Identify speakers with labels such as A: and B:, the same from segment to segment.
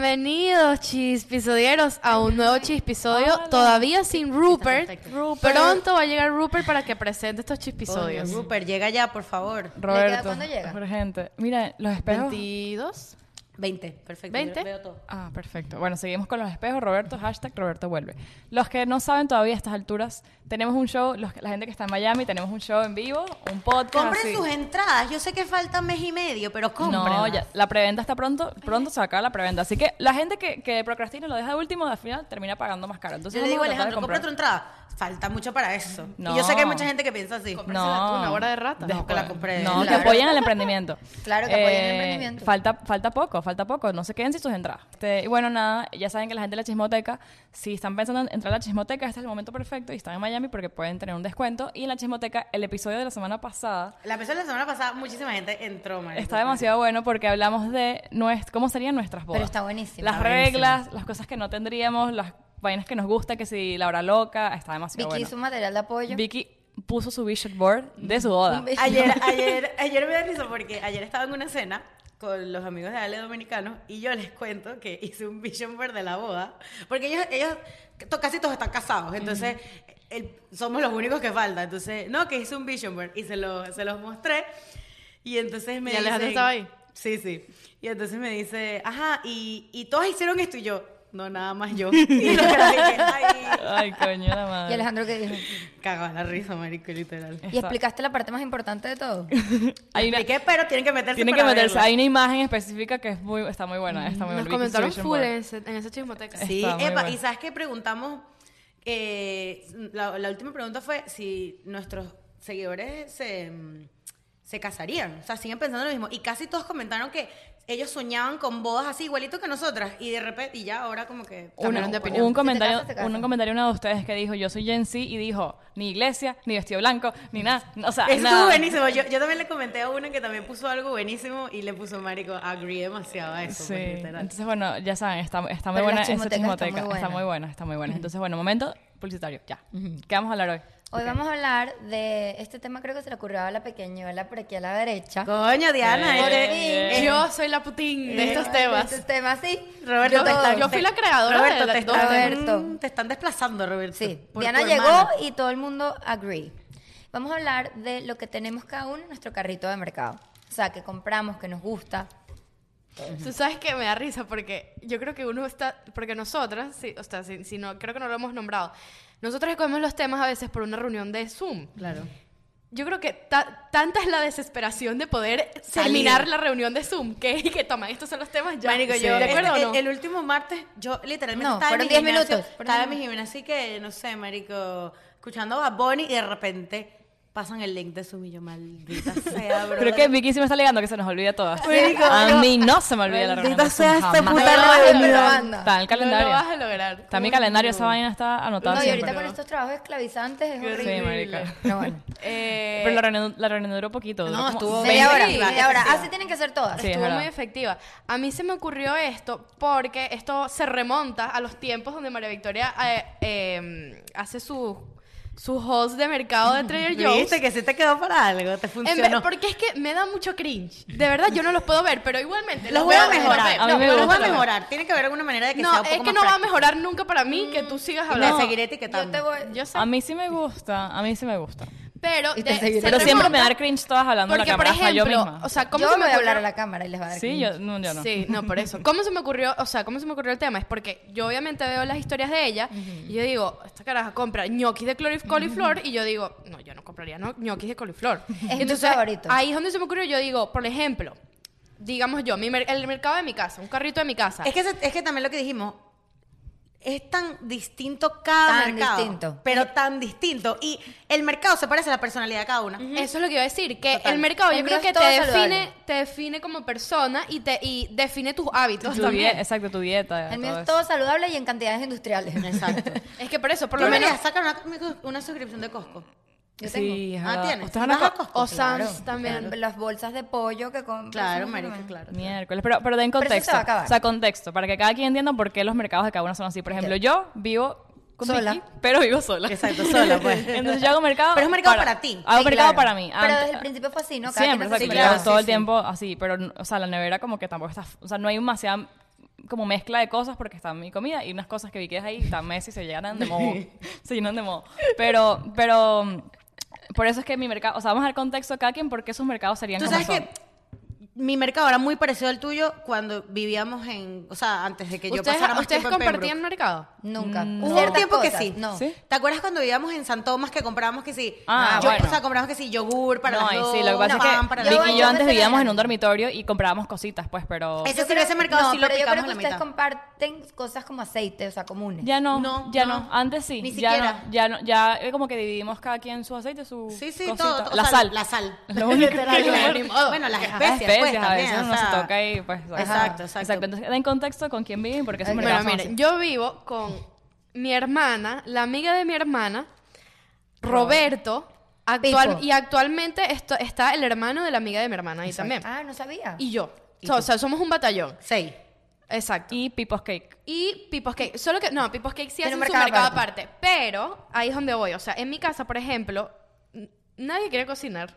A: Bienvenidos chispisodieros a un nuevo chispisodio, todavía sin Rupert.
B: Rupert.
A: Pronto va a llegar Rupert para que presente estos chispisodios.
B: Rupert, llega ya, por favor.
C: Roberto,
D: cuándo llega?
C: urgente. Mira, los espejos.
A: 22.
B: 20, perfecto.
A: 20.
B: yo Veo todo.
C: Ah, perfecto. Bueno, seguimos con los espejos. Roberto, hashtag Roberto vuelve. Los que no saben todavía a estas alturas, tenemos un show, los- la gente que está en Miami, tenemos un show en vivo, un podcast.
B: Compren
C: así.
B: sus entradas. Yo sé que falta mes y medio, pero compren.
C: No, ya, la preventa está pronto, pronto se acaba la preventa. Así que la gente que, que procrastina y lo deja de último, al final termina pagando más caro. Entonces,
B: Yo le digo a
C: vamos a tratar de
B: Alejandro, compra tu
C: comprar.
B: entrada. Falta mucho para eso.
C: No.
B: Y yo sé que hay mucha gente que piensa así.
A: Cómprasela tú, una bola de ratas.
C: Después-
B: que la compré.
C: No,
B: Claro.
C: que apoyen al emprendimiento. Eh,
D: Claro, que apoyen el emprendimiento.
C: Falta, falta poco, falta poco. No se queden sin sus entradas. Este, y bueno, nada, ya saben que la gente de la chismoteca, si están pensando en entrar a la chismoteca, este es el momento perfecto y están en Miami porque pueden tener un descuento. Y en la chismoteca, el episodio de la semana pasada
B: La persona de la semana pasada, muchísima gente entró, marico.
C: está demasiado bueno porque hablamos de nues- cómo serían nuestras bodas.
D: Pero está buenísimo.
C: Las
B: Está buenísimo.
C: reglas, las cosas que no tendríamos, las vainas que nos gusta, que si la hora loca, está demasiado
D: Vicky
C: bueno.
D: hizo un material de apoyo.
C: Vicky puso su vision board de su boda.
D: Un vision-
B: Ayer, ayer, ayer me da risa porque ayer estaba en una cena con los amigos de Ale Dominicano y yo les cuento que hice un vision board de la boda porque ellos, ellos to- casi todos están casados, entonces el- somos los únicos que faltan. Entonces, no, que hice un vision board y se, lo- se los mostré y entonces me
A: ¿Y Alejandro
B: dicen-
A: estaba ahí?
B: Sí, sí. Y entonces me dice, ajá, y, y todas hicieron esto y yo, no, nada más yo. Y yo dije, ay,
C: Ay, coño, la
D: Y
C: madre.
D: Alejandro que dijo.
B: cagaba la risa, marico, literal.
D: Y explicaste la parte más importante de todo.
C: Hay una-
B: ¿Y qué? Pero tienen que meterse
C: tienen que
B: para
C: meterse.
B: verla.
C: Hay una imagen específica que es muy, está muy buena. Está muy
A: Nos
C: buena.
A: comentaron
C: Vicky Station
A: full
C: Board.
A: en, ese- en esa chismoteca.
B: Sí,
C: Está muy
B: epa,
C: bueno.
B: y sabes que preguntamos, eh, la, la última pregunta fue si nuestros seguidores se, mm, se casarían, o sea, siguen pensando lo mismo, y casi todos comentaron que ellos soñaban con bodas así igualito que nosotras, y de repente, y ya ahora como que...
C: Un,
A: Cambiaron de
C: un
A: opinión. Si te
C: comentario,
D: casas, te casas.
C: un comentario de uno de ustedes que dijo, yo soy Gen Z, y dijo, ni iglesia, ni vestido blanco, ni nada. O sea,
B: Estuvo
C: nada.
B: buenísimo. Yo, yo también le comenté a una que también puso algo buenísimo y le puso marico, agree demasiado a eso.
C: Sí.
B: pues, literal.
C: Entonces, bueno, ya saben, está, está muy
D: Pero
C: buena
D: las
C: esa
D: chismotecas están
C: chismoteca.
D: muy
C: Está muy
D: buenas.
C: buena, está muy buena. Entonces, bueno, momento publicitario, ya. ¿Qué vamos a hablar hoy?
D: Hoy vamos a hablar de este tema, creo que se le ocurrió a la pequeñuela por aquí a la derecha.
B: Coño, Diana,
C: Eh,
B: este-
C: eh.
A: Yo soy la putín de estos
D: Eh, De
A: temas.
D: Estos temas, sí.
B: Roberto,
D: Yo-
B: te están-
A: yo fui la
B: te-
A: creadora
B: Roberto,
A: de la-
B: te están,
D: Roberto.
B: Te están desplazando, Roberto.
D: Sí,
B: por
D: Diana
B: tu
D: llegó
B: hermana.
D: y todo el mundo agree. Vamos a hablar de lo que tenemos cada uno en nuestro carrito de mercado. O sea, que compramos, que nos gusta.
A: Tú sabes que me da risa porque yo creo que uno está, porque nosotras, sí, o sea, si, si no, creo que no lo hemos nombrado, nosotros escogemos los temas a veces por una reunión de Zoom.
B: Claro.
A: Yo creo que ta- tanta es la desesperación de poder
B: Salir.
A: terminar la reunión de Zoom que, que toma, estos son los temas ya.
B: Marico,
A: Sí.
B: yo
A: ¿De acuerdo
B: el,
C: este,
A: o no?
B: el último martes, yo literalmente
D: No,
B: estaba en
D: fueron
B: mi
D: 10
B: gimnasio,
D: minutos, fueron
B: Estaba en
D: 10
B: mi gimnasio y que, no sé, marico, escuchando a Bonnie y de repente pasan el link de su millo, maldita sea, bro.
C: Creo que Vicky sí me está ligando que se nos olvida a todas.
B: Marico,
C: a
B: no.
C: mí no se me olvida la
B: Maldita
C: reunión. de
B: sea este
C: Zoom,
B: esta
C: jamás.
B: puta
D: No lo vas a
B: reunión.
D: lograr, banda.
C: Está en el calendario.
A: No lo vas a lograr.
C: Está en mi calendario, esa vaina está anotada.
D: No, y
C: siempre.
D: ahorita con estos trabajos esclavizantes es
A: Qué
C: Sí,
D: horrible.
C: marica.
D: No, bueno.
A: Eh,
C: Pero la reunión, la reunión duró poquito. duró
B: No,
C: como
B: estuvo
C: veinte-
D: Media hora,
A: Sí,
D: media hora.
B: efectiva.
D: Así tienen que ser todas.
C: Sí, es
A: estuvo
C: verdad.
A: muy efectiva. A mí se me ocurrió esto porque esto se remonta a los tiempos donde María Victoria eh, eh, hace su, su host de mercado de Trader Joe's.
B: Viste que se te quedó para algo, te
A: En vez-
B: funcionó.
A: porque es que me da mucho cringe. De verdad, yo no los puedo ver, pero igualmente.
B: Los voy a
A: veo,
B: mejorar,
A: veo.
C: A mí
B: no,
C: me
B: los voy
C: gusta
B: a
C: la-
B: mejorar. Tiene que haber alguna manera de que sea
A: No,
B: un
A: es
B: poco
A: que
B: más
A: no va a
B: práctico. Mm.
A: mejorar nunca para mí que tú sigas
B: Y
A: hablando.
B: Me seguiré
D: Yo
B: etiquetando.
D: te voy.
A: Yo sé.
C: A mí sí me gusta, a mí sí me gusta.
A: Pero,
D: Y te
A: de-
D: seguiré.
A: se
C: Pero siempre me da
A: remonta
C: cringe todas hablando a
A: Porque,
C: la
A: por
C: cámara, hasta
A: ejemplo,
C: yo misma.
A: o sea, ¿cómo
D: Yo
A: se
D: me
A: me
D: voy a
A: ocurrió-
D: hablar a la cámara y les va a dar
C: sí,
D: cringe.
C: yo no, yo no.
A: Sí, no, por eso. ¿Cómo se me ocurrió? O sea, ¿cómo se me ocurrió el tema? Es porque yo obviamente veo las historias de ella y yo digo, esta caraja compra ñoquis de clorif- coliflor y yo digo, no, yo no compraría no, ñoquis de coliflor.
D: mi
A: Entonces,
D: favorito.
A: Ahí es donde se me ocurrió, yo digo, por ejemplo, digamos yo, mi mer- el mercado de mi casa, un carrito de mi casa.
B: Es que, se- es que también lo que dijimos, es tan distinto cada
D: Tan
B: mercado.
D: distinto.
B: Pero tan distinto. Y el mercado se parece a la personalidad de cada una.
A: Eso es lo que iba a decir, que
B: Total.
A: el mercado yo
D: El
A: creo
D: mío
A: que
D: es
A: te
D: todo
A: define,
D: saludable.
A: te define como persona y te y define tus hábitos
C: Tu
A: también.
C: die- exacto, tu dieta.
D: El mío
C: todo
D: es
C: eso.
D: todo saludable y en cantidades industriales. Exacto.
A: Es que por eso, por
B: Yo
A: lo
B: me voy
A: menos
B: a sacar una, una suscripción de Costco.
D: Yo
C: Sí,
D: tengo.
C: es
B: Ah,
C: verdad.
B: ¿tienes?
C: Ustedes
B: ¿Vas
C: van a
B: a
C: co-
B: Costco?
A: o Sam's también.
D: Claro, Las bolsas de pollo que compro.
B: Claro,
D: son
B: marica,
D: fenomenales.
B: claro.
C: Miércoles, pero, pero den
D: Pero eso se
C: contexto.
D: va a acabar.
C: o sea, contexto, para que cada quien entienda por qué los mercados de cada uno son así. Por ejemplo,
D: Ok.
C: yo vivo con
D: Sola.
C: Vicky, pero vivo sola.
B: Exacto, sola, pues.
C: Entonces yo hago mercado.
B: Pero es mercado para ti.
C: Hago
A: Ah,
D: Sí,
C: mercado
D: claro.
C: para mí.
D: Pero desde el principio fue así, ¿no? Cada
C: Siempre,
D: quien hace
C: exacto.
D: su
C: Yo
B: mercado.
C: todo
B: Sí,
C: el
B: sí.
C: tiempo así, pero, o sea, la nevera como que tampoco está. O sea, no hay demasiada como mezcla de cosas porque está mi comida y unas cosas que vi que es ahí, está Messi, se llenan de moho. se llenan de moho. Pero, pero mm, por eso es que mi mercado, o sea, vamos al contexto a cada quien porque sus mercados serían
B: Tú
C: como
B: sabes
C: son.
B: que mi mercado era muy parecido al tuyo cuando vivíamos en, o sea, antes de que yo
A: ¿Ustedes,
B: pasara más
A: ¿ustedes
B: tiempo en Pembroke.
A: compartían mercado?
D: Nunca.
A: Mm.
B: Hubo un
D: Ciertas
B: tiempo que
D: cosas,
B: sí.
D: No.
C: ¿Sí?
B: ¿Te acuerdas cuando vivíamos en San Tomás que comprábamos que sí?
C: Ah,
B: Yo-
C: bueno.
B: O sea, compramos que sí, yogur para
C: no,
B: las
C: y
B: dos,
C: sí, lo que pasa
B: pan
C: es
B: para
C: que
B: las
C: Vicky y
B: dos.
C: yo antes
D: Yo-
C: vivíamos en un dormitorio y comprábamos cositas, pues, pero...
B: Ese sí,
D: creo-
B: ese mercado
D: no,
B: sí lo
D: pero yo creo
B: picamos
D: que
B: la
D: ustedes
B: mitad.
D: comparten cosas como aceite, o sea, comunes.
C: Ya no,
B: No,
C: ya no.
B: no.
C: Antes sí.
B: Ni
C: ya
B: siquiera.
C: No, ya no, ya eh, como que dividimos cada quien su aceite, su
B: Sí, sí,
C: cosita.
B: todo, todo,
C: La
B: o sea,
C: sal.
B: La sal.
C: Lo único que
B: Literal,
A: yo-
B: ni modo. bueno, las
C: Las
B: especies,
C: especies,
B: pues,
C: a
B: también,
C: veces
B: o
C: uno
B: sea,
C: se toca y pues... ajá.
B: Exacto, exacto.
C: Entonces, den contexto con quién viven porque es un
D: Ok.
A: Bueno,
C: mercado
A: miren, yo vivo con mi hermana, la amiga de mi hermana, Roberto, actual-
D: Pipo.
A: y actualmente esto- está el hermano de la amiga de mi hermana ahí también.
D: Ah, no sabía.
A: Y yo. So- o sea, somos un batallón.
B: Seis.
A: Exacto.
C: Y Pipos Cake.
A: Y Pipos Cake. Solo que, no, Pipos Cake sí
D: Tiene
A: es
D: un
A: un mercado,
D: mercado
A: aparte. Pero ahí es donde voy. O sea, en mi casa, por ejemplo, n- nadie quiere cocinar.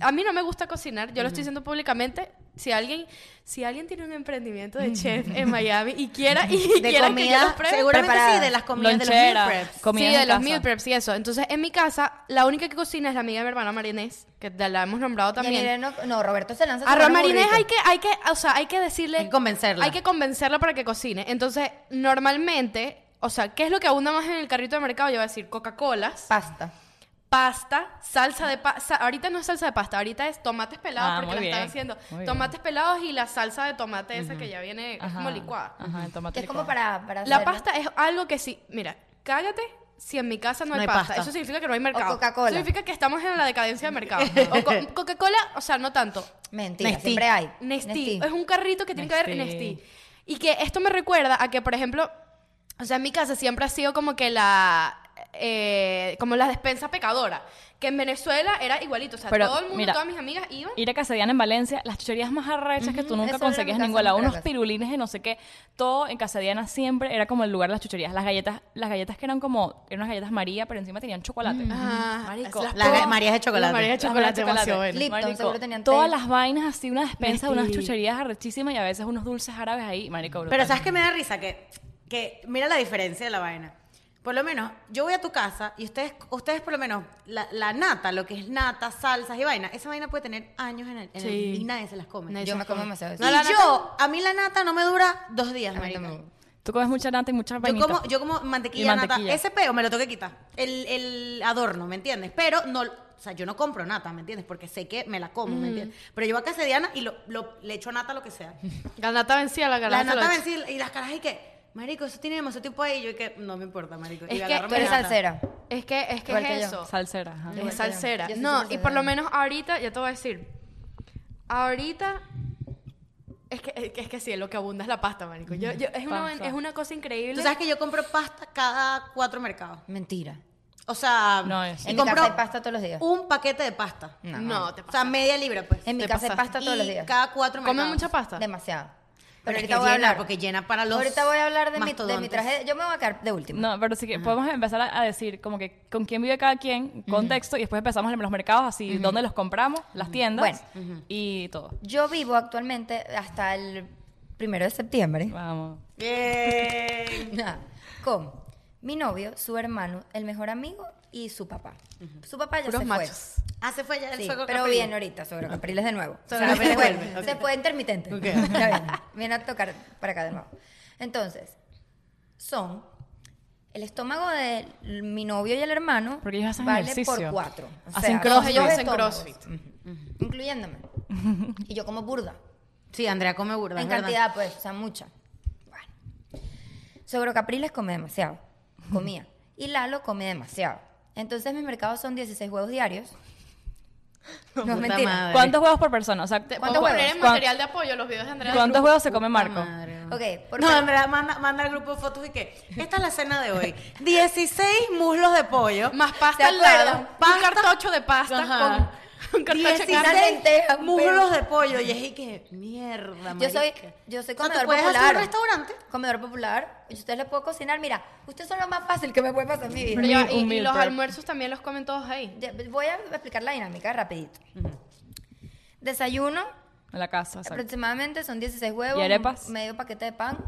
A: A mí no me gusta cocinar. Yo lo estoy diciendo públicamente. Si alguien, si alguien tiene un emprendimiento de chef en Miami y quiera, y
D: De
A: quiera que yo
D: comida,
A: lo pruebe,
B: Seguramente
D: Preparada.
B: sí, de las comidas
C: Lonchera,
B: de los meal preps.
C: comida
A: sí,
C: en
A: de los
C: casa.
A: meal preps y eso. Entonces, en mi casa, la única que cocina es la amiga de mi hermana Marinés, que la la hemos nombrado también.
D: Yanira no, no, Roberto se lanza. a
A: A
D: tomar un
A: Marinés
D: burrito.
A: hay que, hay que, o sea, hay que decirle.
B: Hay que convencerla.
A: Hay que convencerla para que cocine. Entonces, normalmente, o sea, ¿qué es lo que abunda más en el carrito de mercado? Yo voy a decir Coca-Colas,
D: Pasta.
A: pasta, salsa de pasta. Ahorita no es salsa de pasta, ahorita es tomates pelados,
C: Ah,
A: porque
C: muy
A: la están
C: bien,
A: haciendo.
C: muy bien.
A: Tomates pelados y la salsa de tomate esa que ya viene es como licuada.
C: Ajá, Ah, el tomate
D: Que es como
C: licuado.
D: para. para
A: La
D: hacerlo.
A: pasta es algo que sí. Mira, cállate si en mi casa no, hay,
B: hay
A: pasta.
B: pasta.
A: Eso significa que no hay mercado.
D: Coca-Cola.
A: Significa que estamos en la decadencia del mercado. O co- Coca-Cola, o sea, no tanto.
D: Mentira,
B: Nestí.
D: siempre hay.
A: Nestí. Es un carrito que tiene que haber
C: Nestí.
A: Nestí. Y que esto me recuerda a que, por ejemplo, o sea, en mi casa siempre ha sido como que la... eh, como la despensa pecadora. Que en Venezuela era igualito. O sea,
C: Pero,
A: todo el mundo,
C: mira,
A: todas mis amigas iban...
C: Ir a Casadiana en Valencia, las chucherías más arrechas que tú nunca
D: eso era mi
C: conseguías
D: casa
C: en
D: en
C: ninguna, unos
D: Caracas.
C: pirulines de no sé qué, todo en Casadiana siempre era como el lugar de las chucherías, las galletas, las galletas que eran como, eran unas galletas María, pero encima tenían chocolate.
A: Ah,
C: Marico,
A: las
B: Las
A: todas-
B: Marías de chocolate.
A: Las Marías de
C: Las
A: chocolate,
C: Marías de
A: demasiado
C: chocolate.
A: bueno.
D: Lipton,
C: Marico,
D: seguro tenían
C: Todas
D: té.
C: las vainas así, una despensa de unas
A: Nestí.
C: chucherías arrechísimas y a veces unos dulces árabes ahí, marico. brutal.
B: Pero ¿sabes qué me da risa? Que, que mira la diferencia de la vaina. Por lo menos, yo voy a tu casa y ustedes, ustedes por lo menos, la, la nata, lo que es nata, salsas y vaina, esa vaina puede tener años en el, en el-
A: Sí.
B: y nadie se las come.
A: Nadie
D: Yo
A: se
D: me
A: las
D: como
A: come.
D: demasiado eso.
A: No,
B: y
A: la nata-
B: yo, a mí la nata no me dura dos días,
D: A mí
B: marica.
D: también.
C: Tú comes mucha nata y muchas
B: Yo
C: vainitas. pues,
B: como, yo como mantequilla,
C: Y mantequilla.
B: nata. Ese peo me lo tengo que quitar. El, el adorno, ¿me entiendes? Pero no, o sea, yo no compro nata, ¿me entiendes? Porque sé que me la como,
D: Mm.
B: ¿me entiendes? Pero yo voy a casa de Diana y lo, lo- le echo nata a lo que sea.
A: La nata vencía, la
B: La
A: garganta
B: nata
A: lo-
B: vencida y las caras y que, marico, eso tiene demasiado tiempo ahí. Y yo y que, no me importa, marico.
A: Es
B: y
A: que
B: agarro
D: Tú
B: mi
D: eres
B: nata.
D: salsera.
A: Es que es, que
D: Igual
A: es
D: que yo.
A: eso.
C: Salsera, ajá.
D: Igual
A: Es
D: que
A: salsera.
D: yo. Yo sí
A: No,
D: soy
A: y por lo
D: salsera.
A: menos ahorita, ya te voy a decir. Ahorita. Es que, es que, es que sí, lo que abunda es la pasta, marico. Yo- yo- es, una,
C: Pasta.
A: es una cosa increíble.
B: Tú sabes que yo compro pasta cada cuatro mercados.
D: Mentira.
B: O sea,
C: No, es-
B: y
D: En mi
B: compro
D: casa hay pasta todos los días.
B: un paquete de pasta.
A: No, te
B: O sea,
A: pasa.
B: media libra, pues.
D: En mi
A: te
D: casa hay
A: pasaste.
D: pasta todos los
B: Y
D: días.
B: Cada cuatro mercados.
A: Comen mucha pasta.
D: Demasiado. Pero
B: Pero
D: ahorita voy a hablar.
B: porque llena para los.
D: Ahorita voy a hablar de mi, de mi
B: mastodontes.
D: traje. Yo me voy a quedar de último.
C: No, pero sí que podemos empezar a, a decir como que con quién vive cada quien, contexto, y después empezamos en los mercados, así, dónde los compramos, las tiendas y todo.
D: Yo vivo actualmente hasta el primero de septiembre.
C: Vamos.
B: Bien.
D: Nada, con mi novio, su hermano, el mejor amigo y su papá. Su papá ya
A: Puros
D: se
A: machos.
B: Ah, se fue ya
D: fue.
B: el
D: Sí,
B: suegro
D: pero
B: Caprile.
D: bien ahorita, sobre Capriles de nuevo.
B: Sobre
D: O sea,
B: Capriles
D: se fue-
B: vuelve, ok.
D: Se fue intermitente.
B: Ok.
D: Ya viene, viene a tocar para acá de nuevo. Entonces, son el estómago de mi novio y el hermano
C: Porque ellos hacen
D: vale por
C: ejercicio.
D: cuatro.
C: Hacen
D: dos- dos
A: crossfit. Ellos hacen
D: estómagos.
A: crossfit.
D: Ujú. Incluyéndome. Y yo como burda.
B: Sí, Andrea come burda.
D: En
B: es verdad.
D: cantidad, pues, o sea, mucha. Bueno. Sogro Capriles come demasiado. Comía. Y Lalo come demasiado. Entonces mis mercados son 16 huevos diarios. No es
B: Puta
D: mentira.
B: madre.
C: ¿Cuántos huevos por persona? O sea,
A: ¿Cuántos
D: ¿Cuántos
A: huevos?
D: huevos?
A: en
C: ¿Cuán-
A: material de apoyo los videos de Andrea.
C: ¿Cuántos huevos se come
B: Puta
C: Marco?
B: madre.
D: Ok, por
B: no,
D: per-
B: Andrea manda, manda al grupo fotos y que esta es la cena de hoy. 16 muslos de pollo.
A: Más
D: ¿Se
A: pasta al lado.
D: acuerdan?
A: Un cartocho de pasta
B: Ajá.
A: con un cartocho de
B: 16
A: carne.
D: lenteja, un
B: muslos
D: peo.
B: de pollo. Y es y que mierda.
D: yo soy,
B: marica.
D: yo soy
B: O sea,
D: comedor
B: ¿tú puedes
D: popular.
B: hacer un restaurante?
D: Comedor popular. Y ustedes les puedo cocinar. Mira, ustedes son lo más fácil que me puede pasar en mi vida.
A: Pero ya, y,
C: Un
A: y
C: meal
A: los
C: prep.
A: almuerzos también los comen todos ahí.
D: Ya, Voy a explicar la dinámica rapidito. Desayuno,
C: En la casa, exacto.
D: Aproximadamente son 16 huevos.
C: ¿Y arepas?
D: Medio paquete de pan.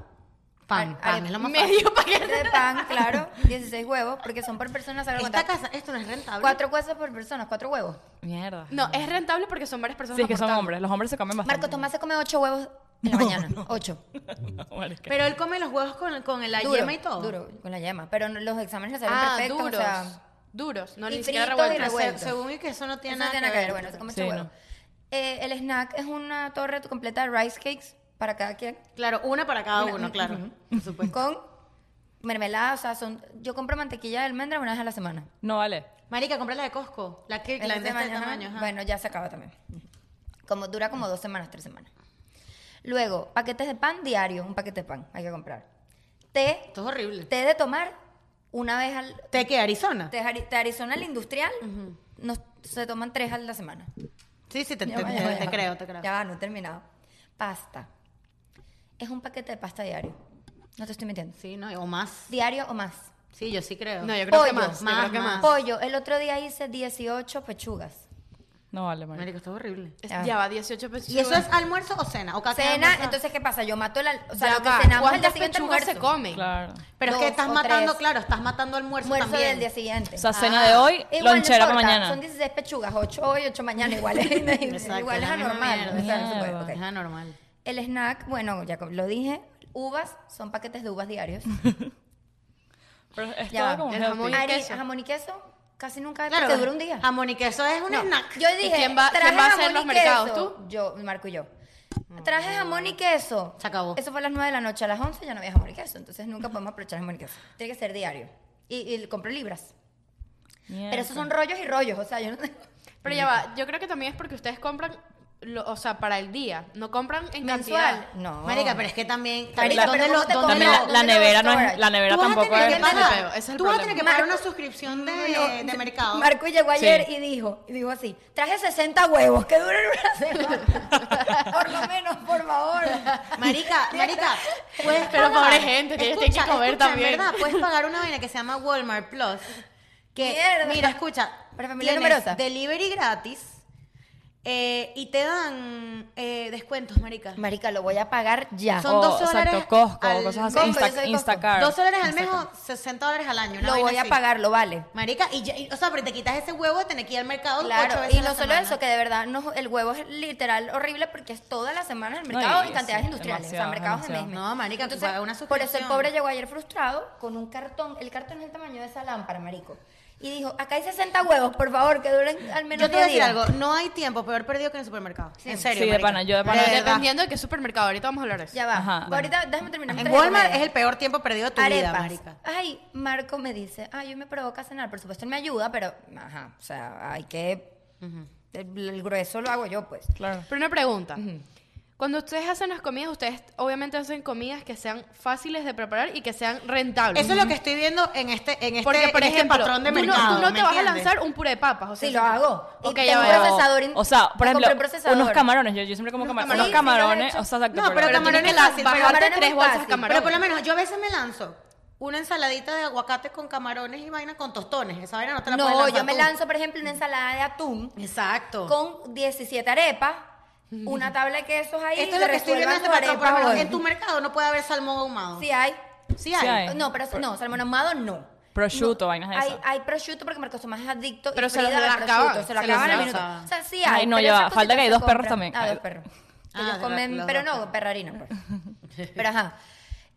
B: Pan,
D: Are-
B: pan,
D: are-
B: es lo más fácil.
A: Medio paquete.
D: Paquete de pan, claro. 16 huevos, porque son por persona. ¿sabes
B: Esta
D: cuántas?
B: casa, esto no es rentable.
D: Cuatro cosas por persona, cuatro huevos.
C: Mierda.
A: No, es rentable porque son varias personas.
C: sí, es que son
A: aportando.
C: hombres. Los hombres se comen bastante.
D: Marco Tomás se come ocho huevos en la mañana. Ocho.
C: No, marica.
B: Pero él come los huevos con, con la
D: Duro,
B: yema y todo.
D: Duro, con la yema. Pero no- los exámenes le salen
A: Ah,
D: perfectos.
A: duros.
D: O sea,
A: duros. No,
D: y
A: ni siquiera
D: fritos y
A: revueltos.
B: Pero se-
D: Revuelto.
B: según y que eso no tiene
D: eso no
B: nada
D: tiene nada que ver. Bueno, se come
C: Sí,
D: ocho huevos.
C: no.
D: Eh, el snack es una torre completa de rice cakes para cada quien.
B: Claro, una para cada
D: Una-
B: uno, Ah, claro.
D: ujú.
B: Por supuesto.
D: Con mermelada, o sea, son, yo compro mantequilla de almendra una vez a la semana.
C: No, vale.
B: Marica, compra la de Costco. La que la
D: Esa
B: de este
D: semana, ajá.
B: tamaño. ajá.
D: Bueno, ya se acaba también. Como, dura como dos semanas, tres semanas. Luego, paquetes de pan diario, un paquete de pan hay que comprar. Té,
B: Esto es horrible.
D: té de tomar una vez al...
B: ¿Te qué? ¿Arizona?
D: Té, Ari- té Arizona, el industrial, nos- se toman tres a la semana.
B: Sí, sí, te,
D: Ya
B: te-
D: va,
B: te-
D: ya va,
B: te
D: ya va.
B: creo, te creo.
D: Ya va, no he terminado. Pasta. Es un paquete de pasta diario. No te estoy mintiendo.
B: Sí, ¿no? O más.
D: Diario o más.
B: Sí, yo sí creo.
A: No, yo creo
D: Pollo.
A: que más. yo
B: Más,
A: creo que más.
B: más.
D: Pollo. El otro día hice 18 pechugas.
C: No, vale, marica.
B: Marica, esto es horrible.
D: Ya.
A: Ya va, 18 pesos.
B: ¿Y eso es almuerzo o cena? ¿O cada quien
D: Cena,
B: almuerza?
D: entonces, ¿qué pasa? Yo mato el... al- O sea,
A: Ah, Ya
D: lo que
A: va.
D: cenamos al día
A: ¿Cuántas
D: siguiente
A: pechugas se
D: almuerzo.
A: comen?
C: Claro.
B: Pero es que
D: dos
B: estás
D: o
B: matando,
D: tres.
B: claro, estás matando almuerzo,
D: Almuerzo
B: también.
D: del día siguiente.
C: O sea, cena de hoy,
D: Ah, Igual, no
C: lonchera para
D: importa,
C: mañana.
D: Son 16 pechugas, 8 hoy, 8 mañana, igual es,
B: Exacto,
D: igual es
B: la misma
D: anormal.
B: mierda.
D: o sea, no se puede,
C: Mierda.
D: ok.
B: Es anormal.
D: El snack, bueno, ya co- lo dije, uvas, son paquetes de uvas diarios.
C: Pero es
D: Ya va,
C: todo como
A: el
C: healthy.
A: jamón y-
D: Ari-
A: queso.
D: jamón y queso, casi nunca
B: Claro.
D: te dura un día.
B: Jamón y queso es un snack.
D: Yo dije,
A: quién va-
D: traje
A: quién va a hacer
D: jamón
A: los
D: y
A: mercados,
D: queso. Yo, Marco y yo. Traje jamón y queso.
B: Se acabó.
D: Eso fue a las 9 de la noche, a las 11 ya no había jamón y queso, entonces nunca podemos aprovechar jamón y queso. Tiene que ser diario. Y, y compro libras.
C: Mierda.
D: Pero esos son rollos y rollos, o sea, yo no tengo...
A: Pero ya va, yo creo que también es porque ustedes compran, lo- o sea, para el día. No compran en
D: Mensual.
A: cantidad.
D: No.
B: Marica, pero es que también...
D: Marica,
B: ¿dónde
D: pero
B: lo-
D: ¿cómo te
B: dónde
C: También
D: comes
B: lo-
C: la, la
D: ¿Dónde lo
C: nevera no es...
D: storage?
C: La nevera
B: Tú vas a
C: tampoco
B: tener
C: es...
B: que
A: Ese es el
B: pagar.
A: peo, ese es el
B: Tú vas a
A: problema.
B: tener que pagar
D: Marco-
B: una suscripción de,
D: No,
B: de mercado.
D: Marco llegó
C: Sí.
D: ayer y dijo, y dijo así, traje 60 huevos que duran una semana. por lo menos, por favor.
B: Marica, marica, puedes
A: Pero
B: pagar.
A: pobre gente, tienes- tienes que
B: Escucha,
A: comer
B: escucha,
A: también.
B: En verdad, puedes pagar una vaina que se llama Walmart Plus. Que,
D: Mierda.
B: mira, escucha.
D: Para familia
B: tienes
D: numerosa.
B: Delivery gratis. eh, y te dan eh, descuentos, marica.
D: Marica, lo voy a pagar ya.
B: Son
C: O,
B: 12 dólares
C: Exacto, Costco,
B: al-
C: cosas así.
D: Costco, yo
C: Insta-
D: soy Costco.
C: Instacart.
B: 2 dólares al mes o 60 dólares al año. una
D: lo
B: vaina
D: voy a
B: así.
D: pagar, lo vale.
B: Marica, y, ya- y- o sea, pero te quitas ese huevo de tener que ir al mercado ocho
D: Claro,
B: veces
D: y
B: a la
D: no solo
B: semana.
D: eso, que de verdad no, el huevo es literal horrible porque es toda la semana en el
C: No,
D: mercado
C: y
D: en cantidades
C: sí,
D: industriales, o sea,
C: demasiado,
D: mercados de mes.
C: demasiado.
B: No, marica, tú pagas una
D: Por eso el
B: suscripción.
D: pobre llegó ayer frustrado con un cartón, el cartón es el tamaño de esa lámpara, marico. Y dijo, acá hay 60 huevos, por favor, que duren al menos
B: Yo te voy a
D: diez
B: decir
D: días".
B: algo, no hay tiempo peor perdido que en el supermercado. En serio.
C: Sí, de
B: marica.
C: pana, yo de pana.
B: verdad.
A: Dependiendo de qué supermercado. Ahorita vamos a hablar de eso.
D: Ya va.
C: Ajá, bueno.
D: Ahorita déjame terminar.
B: En Walmart es el peor tiempo perdido de tu
D: Arepas.
B: vida, marica.
D: Ay, Marco me dice, ay, yo me provoca cenar. Por supuesto, él me ayuda, pero, ajá, o sea, hay que... el, el grueso lo hago yo, pues.
C: Claro.
A: Pero una pregunta. Cuando ustedes hacen las comidas, ustedes obviamente hacen comidas que sean fáciles de preparar y que sean rentables.
B: Eso es lo que estoy viendo en este, en este,
A: Porque, por
B: en este
A: ejemplo,
B: patrón de
A: tú no,
B: mercado.
A: tú no te
B: ¿me
A: vas a
B: entiendes?
A: lanzar un puré de papas. O sea,
D: Sí, lo hago. Y
A: Ok,
D: tengo
A: ya
D: un
A: veo.
D: procesador in-
C: O sea, por
D: me compré
C: ejemplo,
D: un procesador.
C: unos camarones. Yo, yo siempre como
D: Unos
C: camarones. Unos
D: camarones.
C: camarones,
D: Sí, sí, lo he
C: o sea,
D: hecho.
C: exacto.
B: No, pero
A: Pero tienes
B: camarones
A: que la-
B: fácil, pero
A: bajarte
D: camarones
A: tres
D: muy
A: bolsas de
D: fácil.
A: camarones.
B: Pero por lo menos yo a veces me lanzo una ensaladita de aguacate con camarones y vaina con tostones. Esa vaina no te la puedes
D: No,
B: lanzar
D: yo me
B: tú.
D: lanzo, por ejemplo, una ensalada de atún
B: Exacto.
D: con 17 arepas, una tabla de quesos ahí.
B: Esto es lo que estoy viendo en este patrón. Por lo menos en tu mercado no puede haber salmón ahumado.
D: Sí hay.
B: Sí
C: Sí
B: hay.
C: hay.
D: No, pero no, salmón ahumado no.
C: Prosciutto,
D: No,
C: vainas de
D: hay,
C: esas.
D: hay prosciutto porque Marcos Tomás es adicto. y
A: Pero se
D: Frida
A: los
D: del
A: acaban,
D: prosciutto, Se lo
A: se los
D: acaban al minuto.
A: acaban.
D: O sea, sí hay.
C: Ay, no,
D: pero
C: ya
D: esas
C: va, falta
D: cositas
C: que hay
D: se
C: dos perros también.
D: compran. Ah,
C: Ay.
D: dos perros.
B: Ah,
D: Ellos
B: de
D: comen,
B: los
D: pero
B: dos
D: no, perrarina. pues. Pero ajá.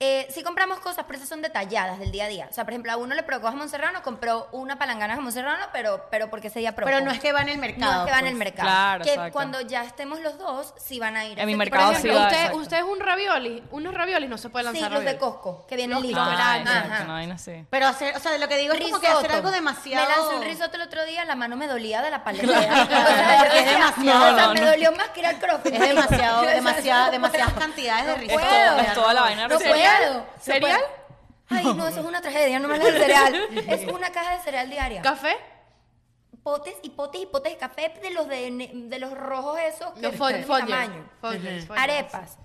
D: Eh, sí compramos cosas, pero esas son detalladas del día a día. O sea, por ejemplo, a uno le provocó jamón serrano, compró una palangana de jamón serrano, pero, pero porque ese día provocó.
B: Pero no es que va en el mercado.
D: No es que van al
B: pues.
D: mercado.
C: Claro,
D: que
C: exacto.
D: cuando ya estemos los dos, sí van a ir.
C: En mi
A: Por
D: Ese-
C: mercado
A: ejemplo,
C: sí va,
A: ustedes,
C: exacto.
A: ustedes un ravioli, unos raviolis no se puede
D: Por
A: lanzar
D: ejemplo, Sí, los de
A: raviolis.
D: Costco, que vienen
A: Los
D: listos.
C: Ay,
A: chocolates.
D: Ajá.
C: Ah, exacto, una vaina así.
B: Pero hacer, o sea, lo que digo es como que hacer
D: Risotto.
B: algo demasiado.
D: Me lancé un risotto el otro día, la mano me dolía de la paleta.
B: Porque es demasiado.
D: O sea,
C: No,
D: me
C: no.
D: dolió más que ir al crossfit.
B: Es demasiado,
D: O sea,
B: demasiada,
D: no
B: demasiadas
D: puedo.
B: cantidades de
D: No
B: risotto.
D: puedo.
B: de
C: Es toda la vaina
D: No
C: recién.
D: puedo.
A: ¿Cereal?
D: Ay, no, eso es una tragedia, no me hagas el cereal. Es una caja de cereal diaria.
A: ¿Café?
D: Potes y potes y potes de café de los de, ne- de los rojos esos que
A: Los
D: son de mi
A: fol- folle,
D: tamaño.
A: folle, folle.
D: Arepas.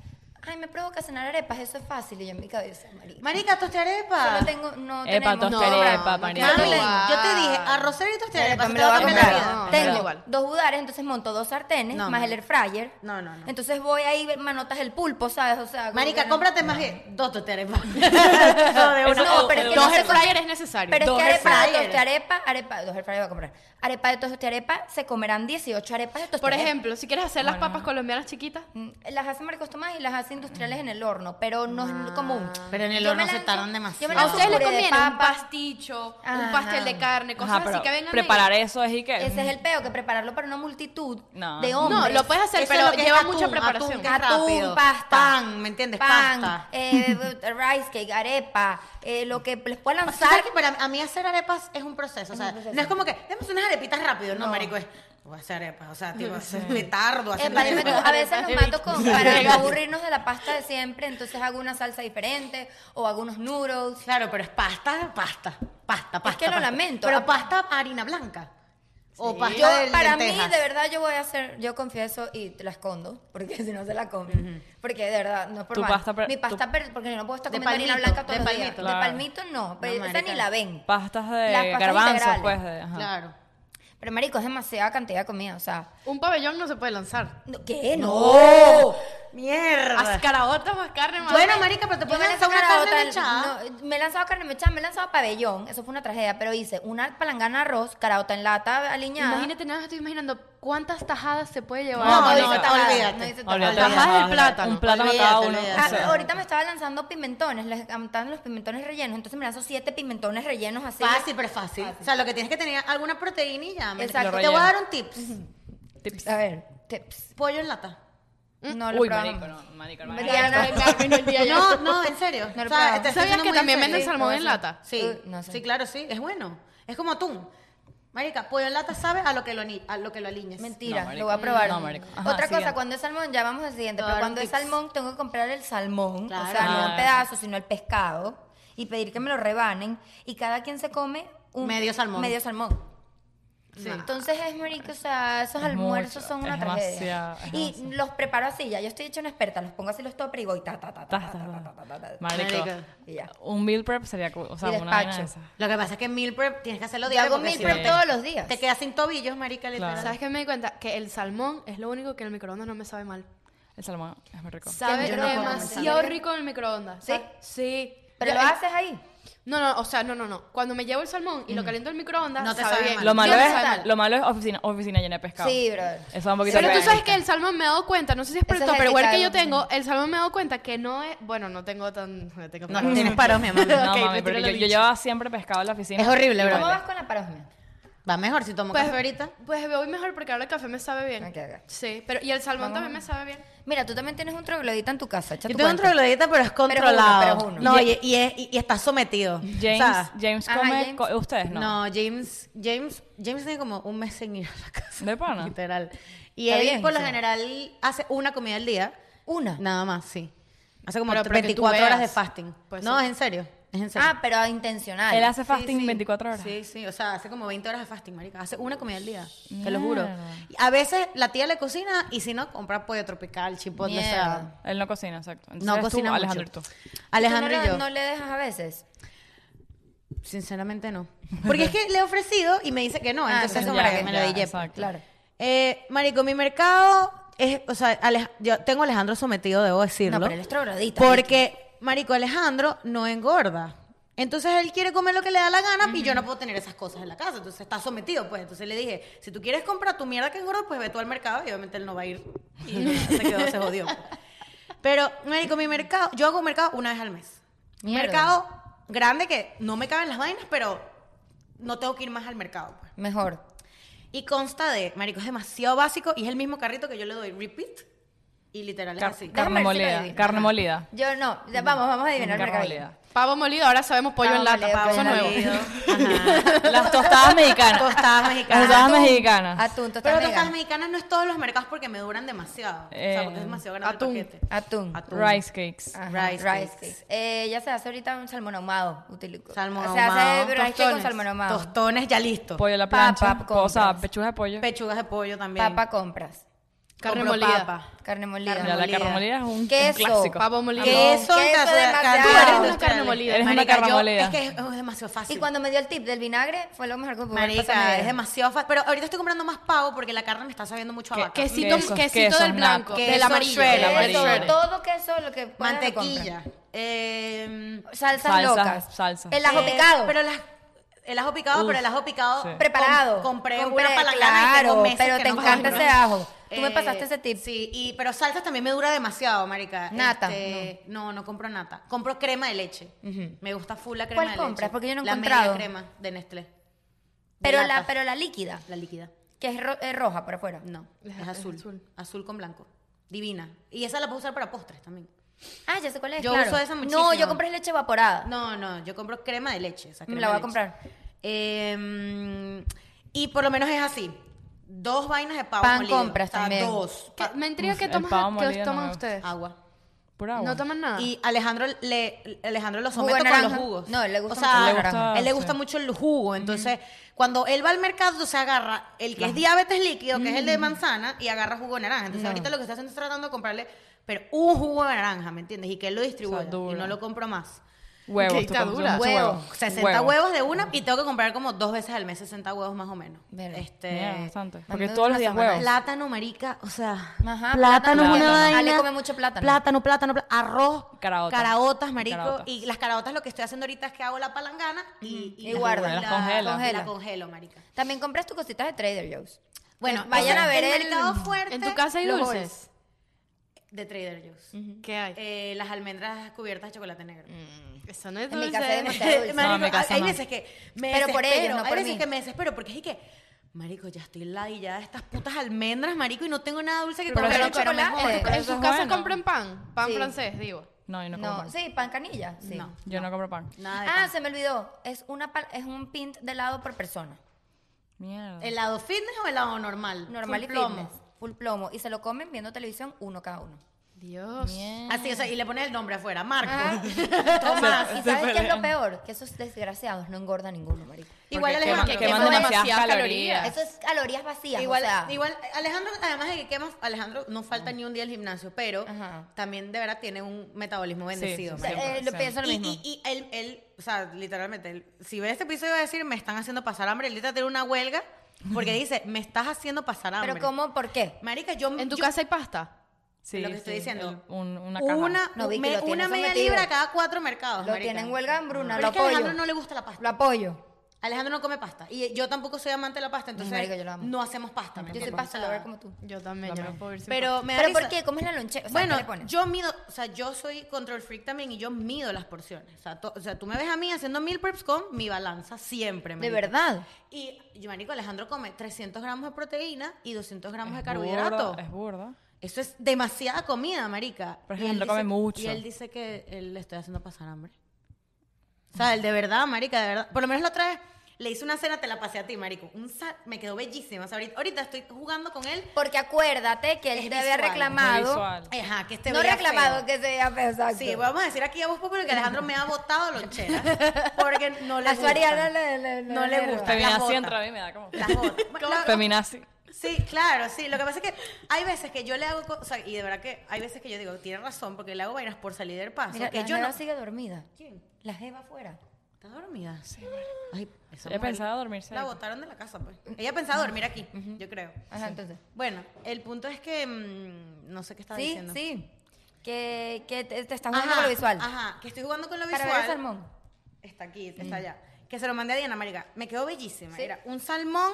D: ay, me provoca cenar arepas, eso es fácil. Y yo en mi cabeza, marica.
B: Marica, tostearepa.
D: Solo tengo, no
C: Epa,
D: tenemos.
C: toste
D: no,
C: arepa,
D: no,
C: marica.
B: Yo
D: claro,
B: te
D: tengo.
B: dije,
A: Igual.
B: yo te dije, arrocero y tostearepa.
D: Arepa,
B: se
D: me
B: te
D: lo
B: va
D: va
B: a
D: a
B: cambiar la
D: comprar.
B: vida.
A: no,
D: tengo
A: no, igual.
D: dos budares, entonces monto dos sartenes,
B: No,
D: más el air fryer.
B: No, no, no.
D: Entonces voy ahí, manotas el pulpo, ¿sabes? O sea, como que
B: Marica,
D: no-
B: cómprate más que dos tostearepas. no, de una.
D: No, pero es que
A: Dos
D: no se
A: air
D: come-
A: fryer es necesario.
D: Pero
B: Dos
D: es que
B: air
D: arepa de
B: fryer.
D: tostearepa, arepa, dos air fryer voy a comprar. Arepa de tostearepa se comerán 18 arepas de
A: Por
D: tostearepa.
A: ejemplo, si quieres hacer las papas colombianas chiquitas,
D: Mm, Las hace Marcos Tomás y las hace industriales en el horno, pero no es como un.
B: Pero en el
D: Yo
B: horno
D: me
B: se
D: lanzo-
B: tardan
D: yo me
B: demasiado.
A: a
D: lanzo
A: ustedes les
D: puré de
A: conviene un
D: papa.
A: pasticho, un
D: Ajá.
A: pastel de carne, cosas
C: Ajá,
A: así
C: pero
A: que vengan
C: preparar
A: ahí.
C: eso es y que...
D: Ese es el peo, que prepararlo para una multitud
C: No.
D: de
C: No,
D: hombres.
A: No, lo puedes hacer,
B: Eso es
A: pero
B: lo que es
A: lleva
B: atún,
A: mucha preparación.
B: atún, que es
D: Atún,
B: rápido.
D: pasta.
B: Pan, ¿me entiendes?
D: Pan,
B: Pasta.
D: eh, rice cake, arepa, eh, lo que les pueda
B: ¿Tú sabes
D: lanzar.
B: que para a mí hacer arepas es un proceso. O sea,
D: un proceso.
B: no es como que, demos unas arepitas rápido, no, marico, es, voy a hacer arepas. O sea, tipo, me tardo
D: Eh,
B: haciendo
D: para irme-
B: arepas.
D: a veces nos mato con para no aburrirnos de la pasta de siempre, entonces hago una salsa diferente o hago unos noodles.
B: Claro, pero es pasta, pasta, pasta, pasta.
D: que lo
B: pasta.
D: lamento.
B: Pero pasta harina blanca. O pasta
D: Yo,
B: de
D: para
B: lentejas.
D: mí, de verdad, yo voy a hacer, yo confieso y te la escondo, porque si no se la come. Porque de verdad, no es por
C: Tu
D: mal.
C: pasta pre-
D: Mi
C: tu-
D: pasta, per- porque yo no puedo estar
B: De
D: comiendo harina
B: palmito,
D: blanca todos
B: de
D: los días.
B: palmito.
D: De
C: Claro.
D: palmito no, pero
B: No,
D: esa ni
B: marica.
D: la ven.
C: mm, Pastas
D: Las
C: de
D: pastas
C: garbanzos,
D: integrales.
C: pues. de- ajá.
B: Claro.
D: Pero marico, es demasiada cantidad de comida, o sea...
A: Un pabellón no se puede lanzar.
D: no- ¿Qué? ¡No!
B: Mierda.
A: Haz caraotas, más carne, más
B: bueno, marica, pero te
D: Yo
B: puedes
D: me
B: lanzar
D: lanzaba
B: una
D: a
B: carne
D: otra-
B: mechada.
D: no, me he lanzado carne mechada, me he lanzado a pabellón. Eso fue una tragedia, pero hice una palangana de arroz, caraota en lata aliñada.
A: Imagínate, nada más estoy imaginando cuántas tajadas se puede llevar.
B: No,
D: hice
B: no,
D: tajada,
B: olvídate.
D: no hice tajada.
C: Olvídate,
A: Tajadas
C: ajá,
A: de plátano.
C: Un plátano
B: Olvídate,
C: cada uno.
B: olvídate.
D: Ah,
C: o sea.
D: ahorita me estaba lanzando pimentones, les encantan los pimentones rellenos, entonces me lanzo siete pimentones rellenos así.
B: Fácil, pero es fácil. O sea, lo que tienes que tener es alguna proteína y ya. ¿me
D: Exacto.
B: entiendes?
C: Lo
B: Te voy a dar
C: relleno.
B: un tips.
C: Tips.
D: A ver, tips.
B: Pollo en lata. Mm.
D: No lo
C: Uy,
D: probamos.
C: marico, no, marico, hermano.
D: Mariana,
B: No, no, en serio.
D: No
B: O sea, te
D: lo probamos.
B: estoy
D: ¿Sabías
A: ¿Sabías
B: siendo
A: que
B: muy
A: también
B: en serio.
A: venden salmón en
D: sí.
A: lata?
B: Sí,
D: Uh, no sé.
B: sí, claro, sí, es bueno. Es como atún. Marica, pollo en lata sabe a lo que lo, ani- a lo, que lo aliñes.
D: Mentira,
C: No, marico.
D: lo voy a probar.
C: No, marico. Ajá,
D: Otra
C: siguiente.
D: cosa, cuando es salmón, ya vamos al siguiente,
B: Te voy a
D: pero
B: dar
D: cuando
B: un
D: es
B: tips.
D: salmón, tengo que comprar el salmón, o sea,
B: Claro.
D: no
C: Ah.
D: un pedazo, sino el pescado, y pedir que me lo rebanen, y cada quien se come un
B: Medio salmón.
D: Medio salmón.
B: Sí.
D: Entonces es marico, o sea, esos
C: Es
D: almuerzos
C: mucho,
D: son
C: es
D: una tragedia.
C: demasiado, es
D: Y los preparo así, ya yo estoy hecha una experta, los pongo así los topper y voy ta ta ta ta ta ta ta ta, ta, ta.
C: Marico.
B: Marica.
D: Y ya.
C: Un meal prep sería cool. O sea,
D: Y
C: una vaina
D: despacho.
C: de esas.
B: Lo que pasa es que meal prep tienes que hacerlo
D: Yo
B: diario.
D: hago
B: porque
D: mil
B: si
D: prep
B: no
D: todos los días.
B: Te quedas sin tobillos, marica, literal.
C: Claro.
A: ¿Sabes qué me di cuenta? Que el salmón es lo único que en el microondas no me sabe mal.
C: El salmón es muy rico.
A: Sabe
D: Yo no como
A: demasiado
D: salmón.
A: rico en el microondas.
D: ¿Sí?
A: ¿sabes? Sí.
D: Pero
A: Yo-
D: lo
A: el-
D: haces ahí.
A: No, no, o sea, no, no, no. Cuando me llevo el salmón y lo caliento en el microondas,
B: No te
A: sabe
B: sabe
A: bien.
B: mal.
C: Lo malo,
A: Yo no
C: es,
A: sabe mal.
C: lo malo es oficina, oficina llena de pescado.
D: Sí, brother.
C: Eso da un poquito
A: Pero
C: de
A: tú
C: pena.
A: sabes que el salmón me he dado cuenta, no sé si es por
D: Eso
A: el
D: es
A: topper
D: ética
A: que
D: de
A: yo
D: la
A: tengo, el salmón me he dado cuenta que no es, bueno, no tengo tan, no tengo
B: No,
A: tan-
B: tienes paros, mi amor.
C: No,
B: Ok,
C: mami,
B: retiro
C: pero
B: lo
C: yo, yo
B: dicho.
C: llevaba siempre pescado en la oficina.
B: Es horrible, bro.
D: ¿Cómo vas con la parosmia?
B: Va mejor si tomo
A: Pues,
B: café ahorita.
A: pues voy mejor porque ahora el café me sabe bien.
D: Ok, ok.
A: Sí, pero y el salmón también me sabe bien.
D: Mira, tú también tienes un troglodita en tu casa, echa
B: Yo
D: tu
B: tengo un
D: cuenta.
B: troglodita, pero es
D: es uno,
B: controlado.
D: pero es uno.
B: No, y, y, es- y- y estás sometido.
C: James,
B: O sea,
C: James
D: ajá,
C: come...
D: James.
C: co- ¿Ustedes no?
B: No, James, James, James tiene como un mes sin ir a la casa.
C: ¿De pana?
B: Literal. Y
D: Está
B: él,
D: bien,
B: por lo
D: sí.
B: general, hace una comida al día.
D: Una.
B: Nada más, sí. Hace como
A: Pero- pero que tú
B: 24 horas de
A: veas.
B: fasting.
A: Pues
B: no,
A: sí.
B: es en serio. Es en serio.
D: Ah, pero intencional.
C: Él hace
B: Sí,
C: fasting
B: sí.
C: 24 horas.
B: Sí, sí. O sea, hace como 20 horas de fasting, marica. Hace una comida al día. Te
C: Mierda.
B: lo juro. Y A veces la tía le cocina y si no, compra pollo tropical, chipotle, o sea...
D: Mierda.
C: Él no cocina, exacto. Entonces
B: No
C: eres tú,
B: cocina mucho.
C: Alejandro, y tú.
B: Alejandro
D: ¿Tú no,
B: y yo.
D: no le dejas a veces?
B: Sinceramente no. Porque es que le he ofrecido y me dice que no.
D: Ah,
B: Entonces,
D: entonces
B: como
D: ya,
B: que me lo
C: ya,
B: di yepa.
C: exacto.
D: Claro.
B: Eh, marico, mi mercado es, o sea, Alej- yo tengo a Alejandro sometido, debo decirlo.
D: No, pero él es troglodita.
B: porque, marico, Alejandro no engorda. Entonces él quiere comer lo que le da la gana y yo no puedo tener esas cosas en la casa. Entonces está sometido, pues. Entonces le dije, si tú quieres comprar tu mierda que engorda, pues ve tú al mercado y obviamente él no va a ir. Y nada, se quedó, se jodió. pues. Pero, marico, mi mercado, yo hago un mercado una vez al mes. Un
D: Mierda.
B: mercado grande que no me caben las vainas, pero no tengo que ir más al mercado, pues.
D: Mejor.
B: Y consta de, marico, es demasiado básico y es el mismo carrito que yo le doy repeat y literal
C: Car-
B: es así.
D: Déjame
C: carne
D: ver si lo
C: molida.
D: adivino.
C: carne molida.
D: Yo no. ya, Vamos, vamos a adivinar el
C: Carne
D: mercado.
C: molida.
A: Pavo molido, ahora sabemos pollo
D: Pavo
A: en lata,
D: molido,
A: pavo
D: pollo en
A: nuevo.
D: lata.
C: Las tostadas mexicanas.
B: Tostadas
C: Las
B: mexicanas.
C: tostadas
D: Atún.
C: mexicanas.
D: Atún, tostadas
B: Pero
D: mexicanas.
B: tostadas mexicanas no es todos los mercados porque me duran demasiado. o sea, porque
C: Eh,
B: es demasiado grande
A: atún.
B: el paquete.
D: Atún.
C: Rice cakes.
D: Ajá,
B: Rice cakes.
D: rice cakes. Eh, ya se hace ahorita un salmón ahumado. Utilico.
B: Salmón
D: Se hace
B: ahumado.
D: rice cake con
A: Tostones.
D: salmón ahumado.
B: Tostones ya listo.
C: Pollo a la
D: Papa,
C: plancha.
D: compras.
C: o sea, pechuga de pollo.
B: Pechugas de pollo también.
D: Papa compras.
A: Carne
B: Compro
A: molida.
B: papa.
D: Carne molida.
B: Carne
C: Ya, la
B: molida.
C: carne molida es un,
D: Queso.
C: un clásico.
A: Pavo molido.
D: ¿Qué?
B: Queso,
D: queso
B: carne- carne-
D: demasiado. Tú eres una
B: industriales.
A: carne molida.
C: Eres una
B: Marica,
C: carne
B: yo-
C: molida.
B: Es que es, es demasiado fácil.
D: Y cuando me dio el tip del vinagre, fue lo mejor que pude haber pasado en mi
B: Marica, es
D: vida.
B: demasiado fácil. Pero ahorita estoy comprando más pavo porque la carne me está sabiendo mucho a vaca.
A: Quesito,
C: Quesos,
A: quesito
C: quesos,
A: del
C: nap.
A: blanco, del
B: Queso
A: amarillo.
B: shredder.
A: del amarillo.
D: Queso,
C: Amarillo.
D: todo queso, lo que puedas, lo
B: Mantequilla.
D: compras.
B: Eh,
D: Salsas
C: Salsas,
D: locas.
C: salsas.
D: El ajo
B: eh,
D: picado.
B: Pero las... El ajo picado,
C: Uf,
B: pero el ajo picado
C: sí.
B: com-
D: preparado.
B: compré
D: Con
B: una
D: puré,
B: palangana y tengo
D: claro,
B: meses
D: pero
B: que
D: te
B: no
D: encanta
B: compro. Eh,
D: ese ajo. Tú me pasaste ese tip.
B: Sí, y, pero salsas también me dura demasiado, marica.
D: Nata,
B: Este, no. no, compro nata. Compro crema de leche. Me gusta full la crema
D: ¿Cuál
B: de
D: compras?
B: leche.
D: Porque yo no he
B: la
D: encontrado.
B: media crema de Nestlé. De
D: Pero la,
B: lata.
D: pero la líquida,
B: La líquida.
D: que es, ro- es roja por afuera.
B: No,
A: Es-
B: es,
A: es
B: azul,
A: azul.
B: azul. con blanco. Divina. Y esa la puedo usar para postres también.
D: Ah, ya sé cuál es.
B: Yo
D: claro.
B: uso esa
D: No,
B: muchísimo.
D: yo compré leche evaporada.
B: No, no, yo compro crema de leche. esa
D: Me
B: crema
D: Mm, la voy a
B: de leche.
D: comprar.
B: Eh, y por lo menos es así. Dos vainas de pavo
D: Pan
B: molido.
D: compras
B: O sea,
D: también.
B: Dos.
A: ¿Qué- Me intriga
C: Uf,
A: que
C: el pavo
A: toman,
C: molido no
A: toman
C: me gusta.
A: ustedes.
B: Agua.
C: Pura agua.
A: No toman nada.
B: Y Alejandro le Alejandro lo
D: Jugo
B: somete con
D: de
B: los
D: naranja.
B: jugos.
D: No, le gusta
B: o sea,
C: el
D: mucho
C: Le gusta,
B: a él le gusta
C: sí.
B: mucho el jugo, entonces cuando él va al mercado se agarra el que es diabetes líquido, que es
D: Mm.
B: el de manzana y agarra jugo de naranja. Entonces ahorita lo que está haciendo es tratando de comprarle pero un jugo de naranja, ¿me entiendes? Y que él lo distribuya y
C: dura.
B: no lo compro más.
C: Huevos.
A: Qué
C: tú compras
A: dictadura.
C: mucho
B: Huevo,
C: huevo.
B: 60 huevos de una y tengo que comprar como dos veces al mes 60 huevos más o menos.
D: Verga.
B: Este
C: Mierda, bastante. Porque
D: Mandó
C: todos los
D: una
C: días
D: semana
C: huevos.
B: plátano, marica, o sea,
D: Ajá, plátano.
B: plátano es una
C: Plátano.
B: vaina.
D: Ale come mucho plátano.
B: Plátano, plátano, plá- arroz,
C: Caraotas.
B: caraotas, marico,
C: Caraotas.
B: y las caraotas lo que estoy haciendo ahorita es que hago la palangana y,
D: Y guarda.
B: la-
C: Las congela.
B: la
D: Congela.
B: congelo, marica.
D: También compras tus cositas de Trader Joe's.
B: Bueno,
D: vayan
B: ese-
D: a ver
B: el,
D: el-
B: mercado fuerte
A: ¿En tu casa hay
D: los
A: dulces?
B: de Trader Joe's.
A: ¿Qué hay?
B: Eh, las almendras cubiertas de chocolate negro.
A: Eso no es
D: en mi
A: dulce.
D: casa hay demasiado dulce.
B: Marico,
C: No, en mi casa
B: hay
C: no.
B: veces que me
D: Pero por
B: desespero.
D: ellos, no
B: hay
D: por
B: veces
D: mí.
B: que me desespero porque es que, marico, ya estoy ladillada de estas putas almendras, marico, y no tengo nada dulce que
D: Pero
B: comer.
D: eso-
B: Pero,
D: pero
B: mejor.
D: mejor.
A: En
C: Pero eso
A: sus
C: es
A: casas
C: bueno.
A: compran pan. Pan
D: Sí.
A: francés, digo.
C: No, yo no como
D: No,
C: pan.
D: sí, pan canilla. Sí.
B: No,
C: Yo no compro pan.
B: nada de
D: Ah,
B: pan.
D: se me olvidó. Es, una pal- es un pint de helado por persona.
C: Mierda.
B: ¿El lado fitness o el lado normal?
D: Normal
B: Full
D: y
B: plomo.
D: fitness. Full plomo. Y se lo comen viendo televisión uno cada uno.
A: Dios.
B: Así, o sea, y le pones el nombre afuera, Marco.
D: Ah. Tomás.
C: Se-
D: ¿Y
C: se
D: sabes qué es
C: pelean.
D: lo peor? Que esos desgraciados no engordan ninguno, marico.
B: igual
C: Porque
B: Alejandro
C: queman-
B: que
C: queman
B: fue-
C: demasiadas
A: demasiadas
C: calorías.
A: calorías.
D: Eso es calorías vacías.
B: Igual,
D: o sea,
B: igual, Alejandro, además de que quema, Alejandro no falta ni un día el gimnasio, pero
D: Ajá.
B: también de verdad tiene un metabolismo bendecido.
D: o
C: sí,
D: sea,
B: marico.
D: eh, lo
C: sí.
D: pienso lo
B: Y,
D: mismo.
B: y- y él, él, o sea, literalmente, él- si ve este episodio va a decir, me están haciendo pasar hambre, él literal tiene una huelga porque dice, me estás haciendo pasar hambre.
D: Pero ¿cómo? ¿Por qué?
B: Marica, yo...
A: ¿En tu
B: yo-
A: casa hay pasta?
C: Sí,
B: lo que estoy
C: sí,
B: diciendo.
C: el- un-
B: Una,
C: una caja.
D: No, Vicky,
B: me-
D: lo tiene
B: una media
D: sometido.
B: libra cada cuatro mercados,
D: Lo
B: marica.
D: tiene en huelga hambruna,
B: Pero
D: lo
B: es que a Alejandro
D: apoyo.
B: no le gusta la pasta.
D: Lo apoyo.
B: Alejandro no come pasta. Y yo tampoco soy amante de la pasta, entonces
D: marica, yo la amo.
B: no hacemos pasta. ¿me
D: Yo soy
B: entiendes?
D: pasta
B: O sea,
D: lover como tú.
A: Yo también, yo no puedo ir sin
B: Pero me da
D: ¿Pero por
B: risa.
D: qué? ¿Cómo es la lonchera? O sea,
B: bueno,
D: ¿qué le pones?
B: yo mido, o sea, yo soy control freak también y yo mido las porciones. O sea, to- o sea tú me ves a mí haciendo mil preps con mi balanza siempre.
D: De
B: marica.
D: verdad.
B: Y yo, marico, Alejandro come 300 gramos de proteína y 200 gramos de
C: Es
B: carbohidrato.
C: burda, Es burda.
B: Eso es demasiada comida, marica.
C: Pero
B: Y él
C: Alejandro come
B: dice-
C: mucho.
B: Y él dice que él le estoy haciendo pasar hambre. O sea, el de verdad, marica, de verdad. Por lo menos la otra vez le hice una cena, te la pasé a ti, marico. Un sa- me quedó bellísima. O sea, ahorita, ahorita estoy jugando con él.
D: Porque acuérdate que él
B: Es
D: te había
B: visual,
C: Es
D: reclamado.
C: visual.
B: Ajá, que este
D: No
B: veía
D: reclamado
B: feo.
D: que se vea feo, exacto.
B: Sí, vamos a decir aquí a vos porque que Alejandro me ha botado lonchera. Porque no le
D: a su
B: gusta.
D: Ariana le, le-
B: No le gusta. Las
C: Feminazi
B: botas.
C: entra a mí y me da como...
B: Las botas. Bueno, la-
C: Feminazi.
B: Sí, claro, sí. Lo que pasa es que hay veces que yo le hago co- o sea, y de verdad que hay veces que yo digo, tiene razón, porque le hago vainas por salir del paso.
D: Mira,
B: que
D: la
B: yo
D: jeva
B: no.
D: sigue dormida.
B: ¿Quién?
D: La jeva afuera.
B: ¿Está dormida? Sí, Ay, esa
C: Ella
B: mujer
C: pensaba dormirse
B: La
C: ahí.
B: botaron de la casa, pues. Ella pensaba dormir aquí, yo creo.
D: Ajá, entonces.
B: Bueno, el punto es que. mm, no sé qué estaba
D: sí,
B: diciendo.
D: sí. Que, que te, te estás
B: Ajá,
D: jugando con lo visual.
B: Ajá, que estoy jugando con lo
D: Para
B: visual.
D: ver el salmón.
B: Está aquí, está allá. Que se lo mandé a Diana Marica. Me quedó bellísima.
D: Sí.
B: Era un salmón,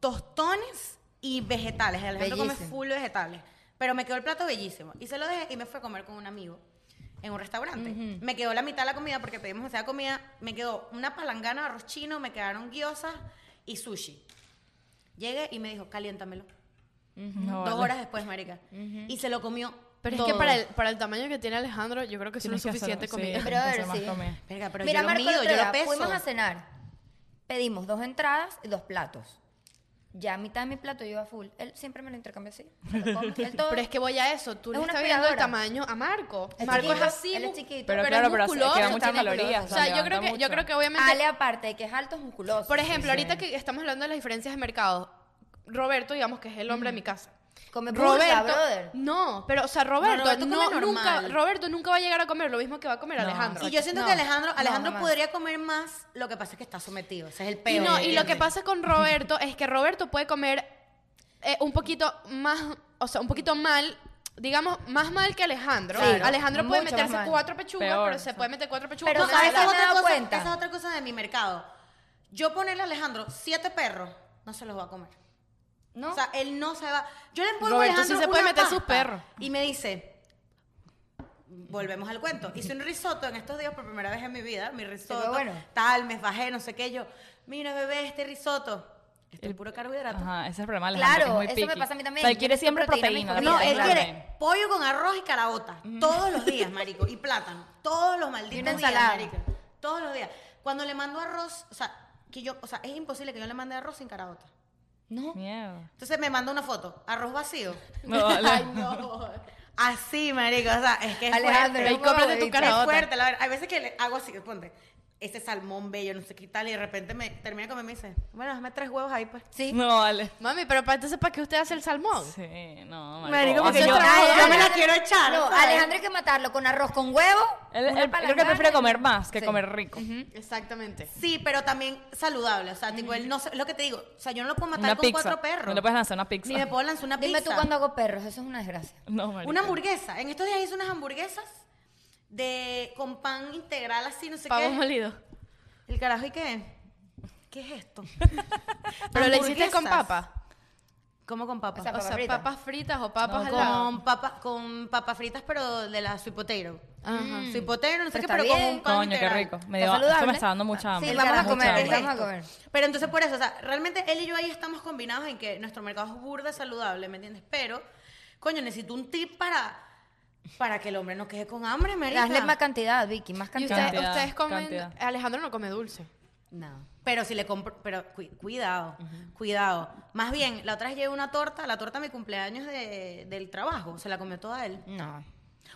B: tostones y vegetales. Alejandro come
D: Bellísimo.
B: full vegetales. Pero me quedó el plato bellísimo. Y se lo dejé y me fui a comer con un amigo en un restaurante. Me quedó la mitad de la comida porque pedimos esa comida. Me quedó una palangana de arroz chino, me quedaron guiosas y sushi. Llegué y me dijo, caliéntamelo.
C: No,
B: Dos
C: vale.
B: horas después, Marica. Y se lo comió.
A: Pero es
B: todo.
A: que para el, para el tamaño que tiene Alejandro, yo creo que eso no es
C: Tienes que hacer-
A: suficiente
C: sí,
A: comida.
C: tienes que
D: Pero a ver,
C: hacer más
D: sí.
C: comida.
B: Verga, pero
D: Mira,
B: yo lo
D: Marco, el
B: mido,
D: otro
B: yo lo
D: día
B: peso.
D: fuimos a cenar. Pedimos dos entradas y dos platos. Ya a mitad de mi plato yo iba full. Él siempre me lo intercambia así. Me lo como, él todo.
A: Pero es que voy a eso. Tú
D: Es
A: le
D: una
A: estás viendo el
D: aspiradora.
A: tamaño a Marco.
D: Es
A: Marco
D: chiquito,
A: es así.
D: él es
A: mu-
D: chiquito.
C: Pero
A: es
C: claro, pero hace-
A: musculoso,
C: queda
A: está
C: muchas
D: tiene
C: calorías.
D: musculoso.
A: O sea, yo creo, que, yo creo que obviamente...
D: Ale aparte, que es alto, es musculoso.
C: Mm.
A: por ejemplo, ahorita que estamos hablando de las diferencias de mercado, Roberto, digamos que es el hombre de mi casa.
D: Come pulpa,
A: Roberto,
D: brother.
A: no, pero o sea, Roberto,
B: Roberto come
A: no, nunca,
B: normal.
A: Roberto nunca va a llegar a comer lo mismo que va a comer Alejandro.
B: Y yo siento
A: No.
B: que Alejandro, Alejandro
D: jamás.
B: podría comer más, lo que pasa es que está sometido, ese es el
A: Y
B: peor.
A: no, y lo que pasa con Roberto es que Roberto puede comer eh, un poquito más, o sea, un poquito mal, digamos, más mal que Alejandro.
D: Sí,
A: Alejandro puede
D: mucho
A: meterse
D: más mal.
A: cuatro pechugas,
C: Peor,
A: pero
C: o
A: se
C: sea.
A: puede meter cuatro pechugas.
D: Pero
B: No,
A: con
B: ¿sabes
D: ¿sabes
B: esa
A: salada.
B: es
D: qué me he
B: otra
D: dado
B: cosa?
D: cuenta?
B: Esa es otra cosa de mi mercado. Yo ponerle a Alejandro siete perros, no se los va a comer.
D: ¿No?
B: O sea, él no se va. Yo le pongo a
A: Roberto sí
B: Alejandro
A: se puede
B: una
A: meter sus
B: pasta
A: perros.
B: Y me dice, volvemos al cuento. Hice un risotto en estos días por primera vez en mi vida. Mi risotto,
D: bueno.
B: tal, me bajé, no sé qué. Yo, mira, bebé, este risotto. Este es puro carbohidrato.
C: Ajá, ese es el problema de Alejandro,
D: Claro,
C: que es muy
D: eso me
C: picky.
D: pasa a mí también.
C: O sea, él
D: Yo
C: quiere
D: necesito
C: siempre
D: proteína
C: proteína.
B: No,
D: en mi Mira,
B: él
D: claro.
B: quiere pollo con arroz y carabota. Todos los días, marico. Y plátano. Todos los malditos
D: Y una
B: días,
D: ensalada.
B: marico. Todos los días. Cuando le mando arroz, o sea, que yo, o sea, es imposible que yo le mande arroz sin carabota.
D: ¿No?
C: Mierda.
B: Entonces me manda una foto, arroz vacío.
C: No,
B: Ay,
C: Ale-
B: no. Así, marico, o sea, es que es
D: Alejandro,
B: fuerte.
A: Ahí cómprate tu
D: huevito.
B: Es
A: carabota.
B: fuerte, la verdad. Hay veces que le hago así, ponte, este salmón bello, no sé qué tal, y de repente me termina de comer y me dice, bueno, dame tres huevos ahí, pues.
D: Sí.
C: No, vale.
A: Mami, pero para entonces, ¿para qué usted hace el salmón?
C: Sí, no,
B: Marico,
C: marico.
B: porque
C: O sea,
B: yo,
A: eso es
B: ay,
A: todo.
B: yo me la quiero echar.
D: No,
B: ¿sabes?
D: Alejandro hay que matarlo con arroz con huevo.
C: él-
D: una
C: él- creo que
D: palangana.
C: prefiere comer más que
D: Sí.
C: comer rico.
A: Ujú, Exactamente.
B: Sí, pero también saludable. O sea, tipo, él no se- lo que te digo, o sea, yo no lo puedo matar
C: Una
B: con
C: pizza.
B: cuatro perros.
C: No le puedes lanzar una pizza.
B: Ni le puedo lanzar una
D: Dime
B: pizza.
D: tú cuando hago perros, eso es una desgracia.
C: No, marico.
B: Una hamburguesa. En estos días hice unas hamburguesas de con pan integral así, no sé
A: Pavos
B: qué.
A: molidos.
B: El carajo, ¿y qué? ¿Qué es esto?
A: Pero le hiciste
B: Hamburguesas.
A: con papa.
B: ¿Cómo con papa?
D: O sea,
A: O
D: Papas
A: sea,
D: fritas.
A: papas fritas o papas al lado.
B: con papa, con papas fritas, pero de la sweet potato.
A: Ajá.
B: Sweet potato, no sé
D: Pero
B: qué,
D: está
B: pero con
D: bien.
B: un pan
C: Coño, qué
B: integral.
C: rico. Me
D: Está
C: dio, esto
D: saludable.
C: me está dando mucha hambre.
D: Sí,
B: El
D: vamos a
B: carajo,
D: comer,
B: ¿qué
C: mucha
B: es
D: vamos a
B: esto?
D: comer.
B: Pero entonces por eso, o sea, realmente él y yo ahí estamos combinados en que nuestro mercado es burda saludable, ¿me entiendes? Pero, coño, necesito un tip para, para que el hombre no quede con hambre, marica.
D: Hazle más cantidad, Vicky, más
A: Y
D: cantidad.
A: ustedes-
C: Cantidad,
A: ustedes comen...
C: cantidad.
A: Alejandro no come dulce.
B: No. Pero si le compro, pero cu- cuidado, cuidado. Más bien, la otra vez llevé una torta, la torta de mi cumpleaños de- del trabajo, se la comió toda él.
D: No.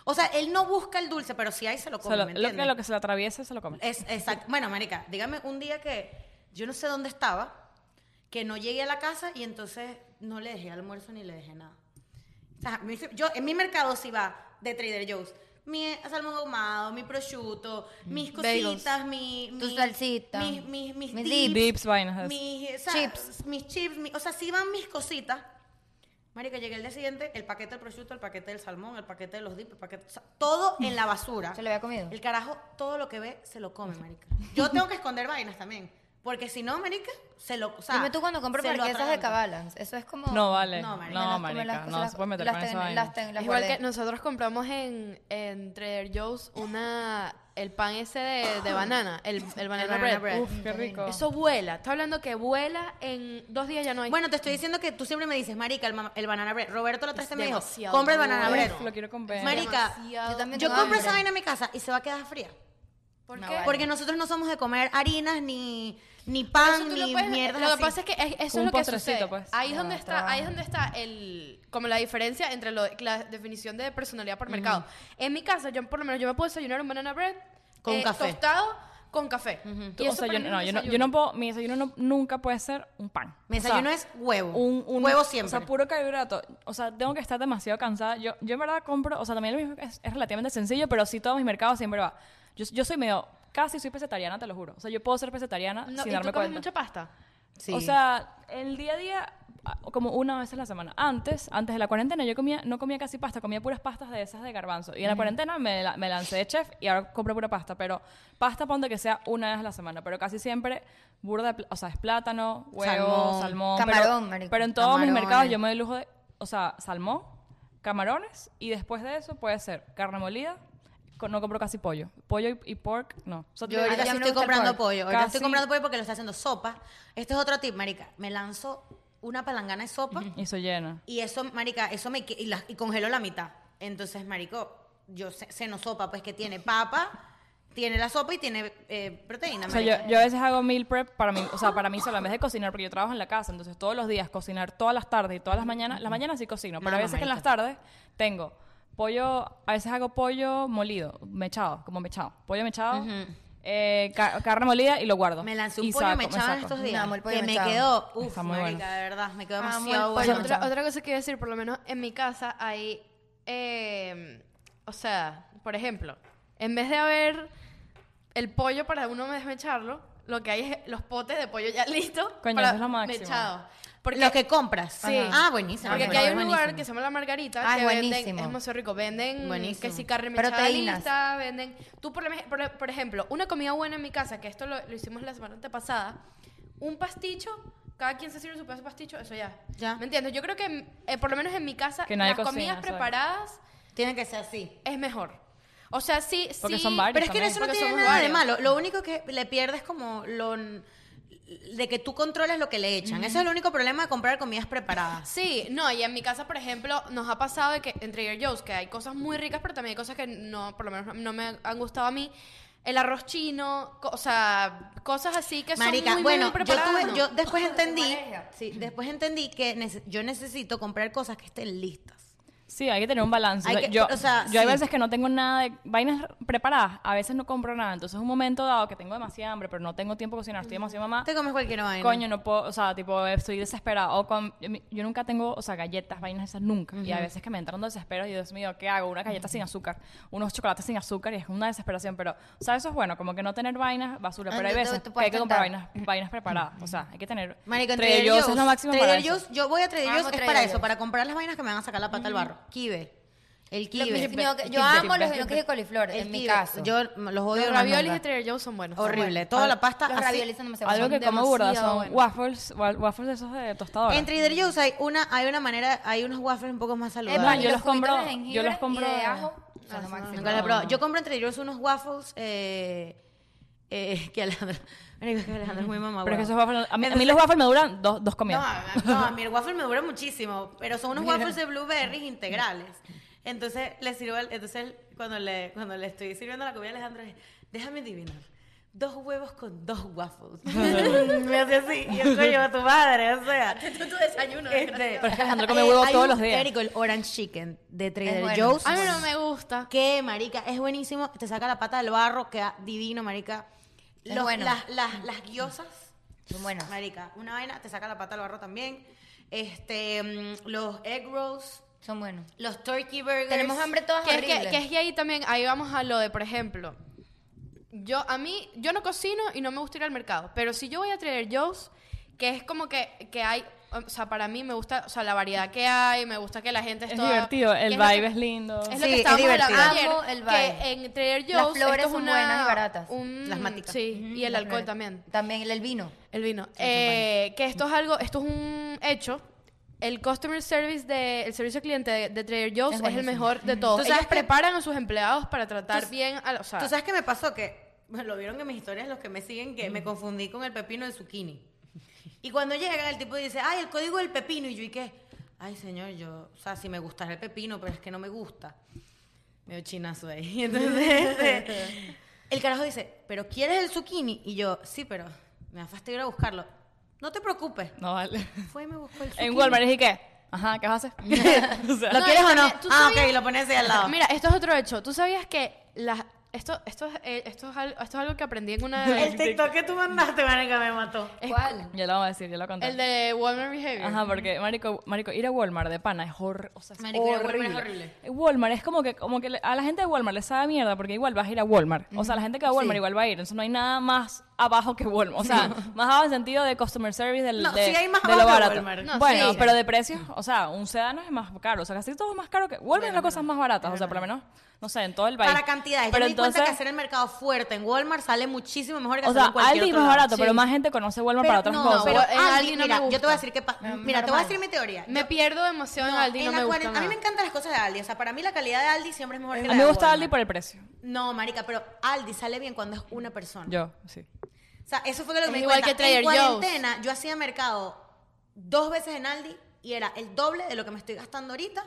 B: O sea, él no busca el dulce, pero si hay se lo come,
C: Se lo,
B: ¿me
C: lo,
B: entiendes? Eh,
C: que- lo que se le atraviesa se lo come.
B: Es, exacto. Bueno, marica, dígame un día que yo no sé dónde estaba, que no llegué a la casa y entonces no le dejé almuerzo ni le dejé nada. O sea, me dice- yo, en mi mercado sí va de Trader Joe's. Mi eh, salmón ahumado, mi prosciutto, mis
A: Bagels.
B: cositas, mi, mi-
D: Tu salsita.
B: mis, mis, mis
D: Mis
B: dips,
C: Dips, vainas de
B: mis, o sea,
D: Chips.
B: mis chips, mi- o sea, sí van mis cositas. Marica, llegué el día siguiente, el paquete del prosciutto, el paquete del salmón, el paquete de los dips, el paquete, o sea, todo en la basura.
D: ¿Se lo había comido?
B: El carajo, todo lo que ve, se lo come, marica. Yo tengo que esconder vainas también. Porque si no, marica, se lo... O sea,
D: Dime tú cuando compro
B: se lo
D: marquesas de
B: atraganta.
D: Cabalans. Eso es como...
C: No vale.
B: No,
C: No,
B: marica.
D: Me las- me
C: marica.
D: las-
C: no
D: las-
C: se puede meter
D: las
C: con
D: ten-
C: esa vaina.
D: Las, ten- las
A: Igual
D: guardé.
A: que nosotros compramos en, en Trader Joe's una el pan ese de, de banana, el, el banana,
B: banana
A: bread.
B: bread.
C: Uf, qué rico.
A: Eso vuela. Está hablando que vuela en dos días ya no hay.
B: Bueno, te estoy diciendo que tú siempre me dices, marica, el, ma- el banana bread. Roberto la
A: Es
B: traste me dijo,
A: demasiado
B: compra el banana
A: bueno.
B: bread.
C: Uf, lo quiero comprar.
B: Marica,
A: Demasiado.
D: yo también
B: yo
D: tengo
B: compro esa
D: hambre.
B: vaina en mi casa y se va a quedar fría.
A: ¿Por
D: No
A: qué?
D: vale.
B: Porque nosotros no somos de comer harinas, ni, ni
A: Pero
B: pan,
A: eso tú
B: ni
A: lo puedes-
B: mierdas
A: Lo que
B: así.
A: pasa es que es- eso es lo
C: Un
A: que
C: postrecito,
A: sucede.
C: pues.
A: Ahí es
D: No,
A: donde está,
D: trabajo.
A: ahí es donde está el como la diferencia entre lo- la definición de personalidad por mercado. En mi casa, yo por lo menos yo me puedo desayunar un banana bread eh,
B: Con café.
A: tostado con café.
C: Tú-
A: Y
C: o
A: eso
C: sea,
A: para
C: yo,
A: mí
C: no,
A: es un
C: yo no, yo
A: desayuno.
C: no puedo, mi desayuno no- nunca puede ser un pan.
B: Mi
C: O sea,
B: desayuno es huevo.
C: un, un-
B: huevo siempre.
C: O sea, puro carbohidrato. O sea, tengo que estar demasiado cansada. Yo, yo en verdad compro, o sea, también lo mismo es, es relativamente sencillo, pero sí todos mis mercados siempre va. Yo, yo soy medio, casi soy pesetariana, te lo juro. O sea, yo puedo ser pesetariana
A: No, y
C: sin
A: tú
C: darme
A: comes
C: cuenta.
A: mucha pasta.
B: Sí.
C: O sea, el día a día, ah, como una vez a la semana. Antes, antes de la cuarentena, yo comía, no comía casi pasta, comía puras pastas de esas de garbanzo. Y en la cuarentena me, la- me lancé de chef y ahora compro pura pasta. Pero pasta ponte que sea una vez a la semana. Pero casi siempre, burda, de pl- o sea, es plátano, huevo,
B: Salmón.
C: salmón.
D: Camarón,
C: pero,
D: marico.
C: Pero en todos mis mercados
D: Camarones.
C: yo me doy el lujo de, o sea, salmón, camarones. Y después de eso puede ser carne molida. co- No compro casi pollo. Pollo y, y pork, no. O sea,
B: Yo
C: te-
B: ahorita
D: ya
B: sí
D: me
B: estoy
D: gusta el
B: comprando
D: pork.
B: pollo. Ahorita estoy
C: Casi-
B: comprando pollo porque lo está haciendo sopa. Este es otro tip, marica. Me lanzo una palangana de sopa
C: y soy llena.
B: y eso, marica, eso me... que- Y, la- y congelo la mitad. Entonces, marico, yo se- seno sopa, pues que tiene papa, tiene la sopa y tiene eh, proteína,
C: O sea,
B: marica.
C: yo, yo a veces hago meal prep para mí, o sea, para mí solo, en vez de cocinar, porque yo trabajo en la casa, entonces todos los días cocinar todas las tardes y todas las mañanas, las mañanas sí cocino, pero
B: Mamá,
C: a veces que en las
B: marica.
C: tardes tengo pollo, a veces hago pollo molido, mechado, como mechado, pollo mechado, eh, ca- carne molida y lo guardo.
B: Me lancé un
C: Y
B: pollo
C: saco-
B: me echaban
C: saco.
B: estos días.
D: Amo el pollo
B: que me
D: mechado.
B: quedó, uff,
C: Está muy bueno.
B: de verdad, me quedó
A: Amo el
B: demasiado
C: Ah,
A: pollo.
B: bueno.
A: Otra, otra cosa que quiero decir, por lo menos en mi casa hay, eh, o sea, por ejemplo, en vez de haber el pollo para uno desmecharlo, lo que hay es los potes de pollo ya listo
C: Coño,
A: para
C: eso es lo máximo.
A: mechado. Porque,
B: Lo que compras.
A: Sí.
B: Ah, buenísimo.
A: porque aquí
B: Bueno,
A: hay un lugar
B: buenísimo.
A: que se llama La Margarita,
D: Ah,
A: que
D: es
A: venden,
D: buenísimo.
A: es demasiado rico, venden
B: Buenísimo.
A: que si carne
D: Pero
A: mechada
D: proteínas.
A: lista, venden... Tú, por, lo- por, por ejemplo, una comida buena en mi casa, que esto lo, lo hicimos la semana antepasada, un pasticho, cada quien se sirve su pedazo de pasticho, eso ya.
B: Ya.
A: ¿Me entiendes? Yo creo que, eh, por lo menos en mi casa,
C: Que nadie
A: las
C: cocina,
A: comidas
C: exacto.
A: preparadas
B: Tiene que ser así.
A: es mejor. O sea, sí,
C: Porque
A: sí,
C: son varios.
B: Pero es que
C: también,
B: eso no
A: porque
B: tiene
A: somos
B: nada de
A: varios.
B: malo. Lo único que le pierdes como lo de que tú controles lo que le echan. Ese es el único problema de comprar comidas preparadas.
A: Sí, no, y en mi casa, por ejemplo, nos ha pasado de que en Trader Joe's, que hay cosas muy ricas, pero también hay cosas que no, por lo menos no me han gustado a mí. El arroz chino, co- o sea, cosas así que
B: Marica,
A: son muy, muy,
B: bueno,
A: muy
B: yo,
A: preparadas.
B: tuve- yo después entendí,
D: Mareja.
B: sí, después entendí que nece- yo necesito comprar cosas que estén listas.
C: Sí, hay que tener un balance.
B: Hay
C: O sea,
B: que-
C: yo
B: o sea,
C: yo
B: sí.
C: hay veces que no tengo nada de vainas preparadas, a veces no compro nada. Entonces, un momento dado que tengo demasiada hambre, pero no tengo tiempo de cocinar, estoy demasiado mamá.
B: Te comes cualquier vaina.
C: Coño, no puedo, o sea, tipo, estoy desesperada. O con, yo nunca tengo, o sea, galletas, vainas esas nunca. Y a veces que me entran dos desesperos y Dios mío, ¿qué hago? Una galleta sin azúcar, unos chocolates sin azúcar y es una desesperación. Pero, o sea, eso es bueno, como que no tener vainas basura.
D: Ah,
C: Pero hay
D: yo te-
C: veces
D: te
C: que
D: puedo
C: hay que comprar
D: tentar.
C: vainas, vainas preparadas. O sea, hay que tener.
B: Marica, en
C: Trader Joe's es lo máximo
B: Trader
C: para eso.
B: Joe's, yo voy a Trader
D: Amo
B: Joe's, es
D: Trader
B: para
D: Joe's.
B: eso, para comprar las vainas que me van a sacar la pata al barro. Kibe. El
D: Los
B: kibe.
D: gnocchi- yo,
C: kibe,
D: amo los
C: kibe.
D: gnocchis de coliflor,
B: El
D: en mi
B: kibe.
D: caso.
B: Yo m- los odio.
A: Los
B: más
A: raviolis de
B: nunca.
A: Trader Joe's son buenos.
B: Horrible. Toda la pasta
D: los
B: así.
D: raviolis son demasiado
C: Algo
D: buenos.
C: que como burda
A: demasiado
C: son
A: buenas.
C: waffles, wa- waffles de esos de tostadora.
B: En Trader Joe's hay una, hay una manera, hay unos waffles un poco más
C: No,
B: saludables.
C: yo
D: y
C: los
D: juguitos
C: compro-
D: de
C: yo
D: jengibre
C: los compro
D: y de
C: de-
D: ajo. Son
A: Ah,
D: lo
A: sí,
D: máximo.
B: Nunca los he probado. Yo compro en Trader Joe's unos waffles eh, eh, que Alejandro, Marico, es que Alejandro es muy mamá.
C: Pero es que esos
B: huevo.
C: waffles, a mí, a mí los waffles me duran dos, dos
B: No,
C: comidas.
B: a- no, a mí el waffle me dura muchísimo, pero son unos waffles de blueberries integrales. Entonces, le sirvo, al- entonces cuando le, cuando le estoy sirviendo la comida a Alejandro, es, déjame adivinar. Dos huevos con dos waffles. me hace así, y yo coño a tu madre, o sea.
A: tu desayuno.
B: Este,
C: Pero es que Alejandro come
B: eh,
C: huevos
B: hay
C: todos
B: un-
C: los días. Ah,
B: Marico, el orange chicken de Trader
D: bueno.
B: Joe's.
A: A mí no me gusta.
B: Qué marica, es buenísimo, te saca la pata del barro, queda divino, marica.
D: Es
B: Los-
D: bueno.
B: las, las, las guiosas.
D: Son buenas.
B: Marica, una vaina, te saca la pata del barro también. Este, mm, los egg rolls,
D: Son buenos.
B: los turkey burgers.
D: Tenemos hambre todas
A: Que es, que,
D: horribles.
A: que es que ahí también, ahí vamos a lo de, por ejemplo, yo a mí, yo no cocino y no me gusta ir al mercado, pero si yo voy a Trader Joe's, que es como que, que hay, o sea, para mí me gusta, o sea, la variedad que hay, me gusta que la gente es,
C: Es
A: toda-
C: divertido,
A: que
C: el
A: lo
C: vibe
A: que-
C: es lindo.
A: Es lo
B: Sí,
A: que
B: es
A: estábamos hablando
B: divertido.
A: ayer,
D: Amo el
A: que
D: vibe.
A: en Trader Joe's
D: Las flores
A: esto es
D: son
A: una-
D: buenas y baratas.
A: un-
B: Las maticas.
A: Sí, y el
D: Las
A: alcohol
D: flores.
A: también.
D: También el, el vino.
A: El vino. Eh, que esto es algo, esto es un hecho. El customer service de, el servicio al cliente de, de Trader Joe's
D: Es
A: es, el
D: buenísimo.
A: mejor de todos.
B: Tú
A: Ellos
B: sabes que-
A: preparan a sus empleados para tratar bien a, o sea,
B: Tú sabes qué me pasó que bueno, lo vieron en mis historias los que me siguen que me confundí con el pepino del zucchini. Y cuando llega el tipo dice, "Ay, el código del pepino" y yo y qué? Ay, señor, yo, o sea, si me gustara el pepino, pero es que no me gusta. Medio chinazo ahí. Entonces, este, el carajo dice, "¿Pero quieres el zucchini?" Y yo, "Sí, pero me va a fastidiar a buscarlo." No te preocupes.
C: No vale.
B: Fue y me buscó el zucchini.
C: En Walmart dije, ¿qué? Ajá, ¿qué vas a hacer? O sea,
B: ¿Lo
A: No,
B: quieres
A: y
B: o no?
A: también, ¿tú
B: Ah,
A: sabías-
B: ok, lo pones ahí al lado.
A: Mira, esto es otro hecho. ¿Tú sabías que las esto esto es, eh, esto es al- esto es algo que aprendí en una
B: el TikTok que tú mandaste, marica, me mató.
A: es-
D: ¿Cuál?
C: ya lo vamos a decir, ya lo conté.
A: el de Walmart Behavior.
C: Ajá, porque, marico, marico, ir a Walmart de pana es, hor- o sea, es
B: Marico, ir a
C: horrible.
B: Walmart es horrible.
C: Walmart es como que, como que le- a la gente de Walmart le sabe mierda porque igual vas a ir a Walmart. O sea, la gente que va a Walmart
D: Sí.
C: igual va a ir. Entonces no hay nada más abajo que Walmart. O sea, más abajo en sentido de customer service del,
B: No,
C: de,
B: sí hay más
C: de
B: abajo
C: lo
B: que
C: barato.
B: Walmart.
A: No,
C: bueno,
A: sí.
C: pero de precios, o sea, un sedano es más caro. O sea, casi todo es más caro que... Walmart es las cosas más baratas. O sea, por lo menos, no sé, en todo el país.
B: Para cantidades. Yo
C: Pero
B: me di cuenta
C: entonces-
B: que hacer el mercado fuerte en Walmart sale muchísimo mejor que
C: O
B: hacer
C: sea,
B: en cualquier
C: Aldi es
B: otro
C: más
B: lado.
C: barato,
A: Sí.
C: pero más gente conoce Walmart para otras
B: no,
C: cosas. Eh,
B: Pero
A: En
B: Aldi,
A: Aldi no
B: mira,
A: me
B: yo te
A: gusta.
B: voy a decir que... pa- Mira, te voy a decir mi teoría.
A: Me pierdo demasiado en Aldi,
B: En
A: no
B: la
A: me gusta
B: cuarenta- A mí
A: nada.
B: me encantan las cosas de Aldi. O sea, para mí la calidad de Aldi siempre es mejor que la
C: a
B: de
C: mí me gusta
B: Walmart.
C: Aldi por el precio.
B: No, marica, pero Aldi sale bien cuando es una persona.
C: Yo, sí.
B: O sea, eso fue lo que
A: Es
B: me di
A: igual
B: cuenta.
A: que Trader
B: En
A: Joe's.
B: cuarentena yo hacía mercado dos veces en Aldi y era el doble de lo que me estoy gastando ahorita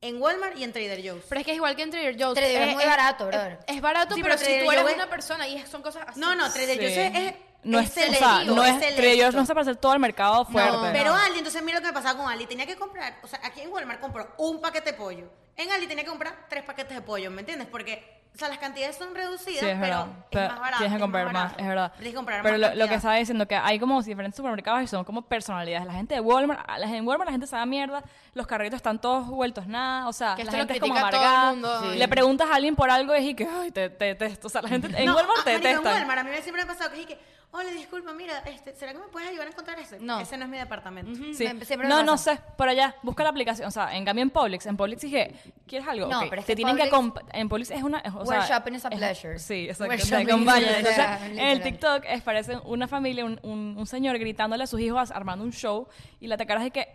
B: en Walmart y en Trader Joe's.
A: Pero es que es igual que en Trader Joe's. Eh,
D: Trader Joe's es muy barato, brother.
A: Es, es barato,
B: Sí,
A: pero,
B: pero
A: si
B: Trader
A: tú eres
B: Joe's es-
A: una persona y es- son cosas así.
B: No, no, Trader Joe's
C: Sí.
B: es, es-
C: no
B: es
C: es, o sea,
B: selectivo,
C: no
B: es
C: es, Trader Joe's
B: selecto.
C: no está para hacer todo el mercado fuerte.
A: No,
B: Pero Aldi, entonces mira lo que me pasaba con Aldi. Tenía que comprar, o sea, aquí en Walmart compro un paquete de pollo. En Aldi tenía que comprar tres paquetes de pollo, ¿me entiendes? Porque o sea, las cantidades son reducidas,
C: Sí, es verdad.
B: pero,
C: Pero
B: es más barato.
C: Tienes que
B: es más
C: comprar más,
B: barato.
C: es verdad.
B: Tienes que comprar
C: Pero
B: más
C: lo, lo que
B: cantidad.
C: estaba diciendo, que hay como diferentes supermercados y son como personalidades. La gente de Walmart, a la gente en Walmart la gente se da mierda, los carritos están todos vueltos nada, o sea,
A: Que
C: la
A: esto lo
C: gente es como
A: critica todo el
C: amargada.
A: mundo. Sí.
C: Le preguntas a alguien por algo y es que, ay, te te detesto. O sea, la gente en
B: No,
C: Walmart
B: ah,
C: te
B: marico, en
C: detestan.
B: Walmart, a mí me siempre me ha pasado que dije, hola, disculpa, mira, este, ¿será que me puedes ayudar a encontrar ese?
D: No.
B: Ese no es mi departamento.
C: Sí.
D: Me- siempre me
C: No,
D: pasa.
C: no sé, por allá, busca la aplicación. O sea, en cambio en Publix, en Publix dije, ¿quieres algo?
D: No,
C: Ok.
D: pero es
C: Te
D: que
C: tienen que
D: Publix-
C: comp- En Publix es una. es- o sea,
D: Where shopping is a
C: es-
D: pleasure.
C: Sí, exacto.
D: Where shopping
C: Te
D: is a
C: acompañan.
D: pleasure.
C: Entonces, en el
D: Literal.
C: TikTok es, parece una familia, un, un, un señor gritándole a sus hijos armando un show y la tacaras de que.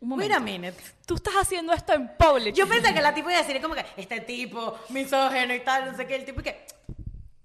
C: Un momento.
B: Wait a minute.
C: Tú estás haciendo esto en Publix.
B: Yo pensé que la tipo iba a decir como que este tipo, misógeno y tal, no sé qué, el tipo y que.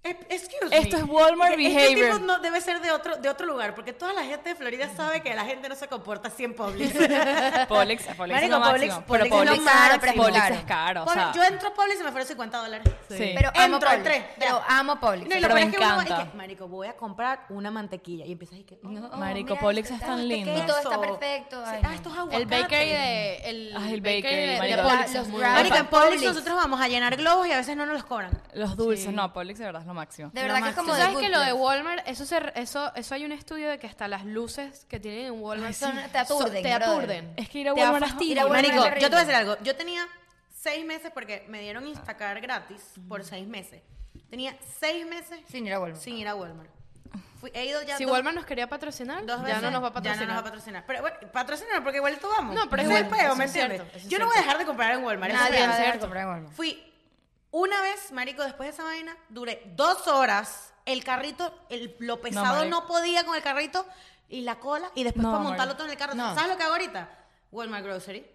B: "Eh, Excuse me.
C: Esto es Walmart
B: Dije,
C: behavior.
B: Este tipo no debe ser de otro, de otro lugar, porque toda la gente de Florida sabe que la gente no se comporta así en Publix.
C: Publix, Publix es
B: Marico, Publix-
C: lo máximo. Pero
B: Publix es lo
C: Publix
D: máximo.
C: pero Publix es caro. o
B: Publix-
C: sea,
B: yo entro a Publix y me ofrece 50 dólares.
C: Sí.
D: Pero amo
B: Entro,
D: Publix.
B: entré, ya.
D: Pero amo
B: No,
D: Publix.
B: y
C: Pero
B: lo peor
C: me
B: es que uno va y que,
C: encanta.
B: marico, voy a comprar una mantequilla. Y empiezas y que, oh,
D: No,
C: Marico,
D: mira,
C: Publix
D: esto
C: es
D: está-
C: tan
D: este
C: lindo.
D: queso. Y todo está
B: Eso.
D: perfecto.
B: Sí,
D: ay,
B: ah,
D: no.
B: esto es
A: El
B: aguacate.
A: bakery de... El,
C: Ay, el
A: bakery
C: bakery,
A: de- de,
C: marico.
A: Publix
D: Los
A: es muy
D: wraps.
A: bueno.
B: Marico, en Publix
D: Publix.
B: nosotros vamos a llenar globos y a veces no nos los cobran.
C: Los dulces, no, Publix de verdad es lo máximo.
D: De verdad que es
B: máximo.
D: como
A: ¿Tú
D: de
A: sabes
D: Good
A: que lo de
D: Place.
A: Walmart, eso, se, re- eso, eso hay un estudio de que hasta las luces que tienen en Walmart
D: Son-
A: son-
D: te aturden,
A: te
D: brother.
A: aturden.
C: Es que ir a
A: Te
C: Walmart es-
A: fastidia.
D: ir a Walmart
B: Marico, yo te
D: es
B: voy a
D: horrible.
B: decir algo. Yo tenía seis meses porque me dieron Instacar gratis por seis meses. Tenía seis meses
D: Sin ir a Walmart.
B: sin ir a Walmart. Fui- he ido ya
A: Si
B: dos,
A: Walmart nos quería patrocinar,
B: dos
A: ya
B: veces.
A: no nos va a
B: Ya
A: patrocinar.
B: no nos va a patrocinar. Pero bueno, patrocinar porque igual tú vamos.
A: No, pero
B: Ese
A: igual,
B: es el peo,
A: eso
B: ¿me
A: es
B: entiendes?
A: cierto, eso es
B: yo no voy a
A: cierto.
B: dejar de comprar en Walmart. eso es
D: Nadie
B: real.
D: va a dejar de
A: cierto.
D: comprar en Walmart.
B: Fui una vez, marico, después de esa vaina, duré dos horas. El carrito, el, lo pesado
C: marico.
B: no, podía con el carrito y la cola. Y después
C: No,
B: para montarlo
C: marico.
B: todo en el carro.
D: No.
B: ¿Sabes lo que hago ahorita? Walmart Grocery.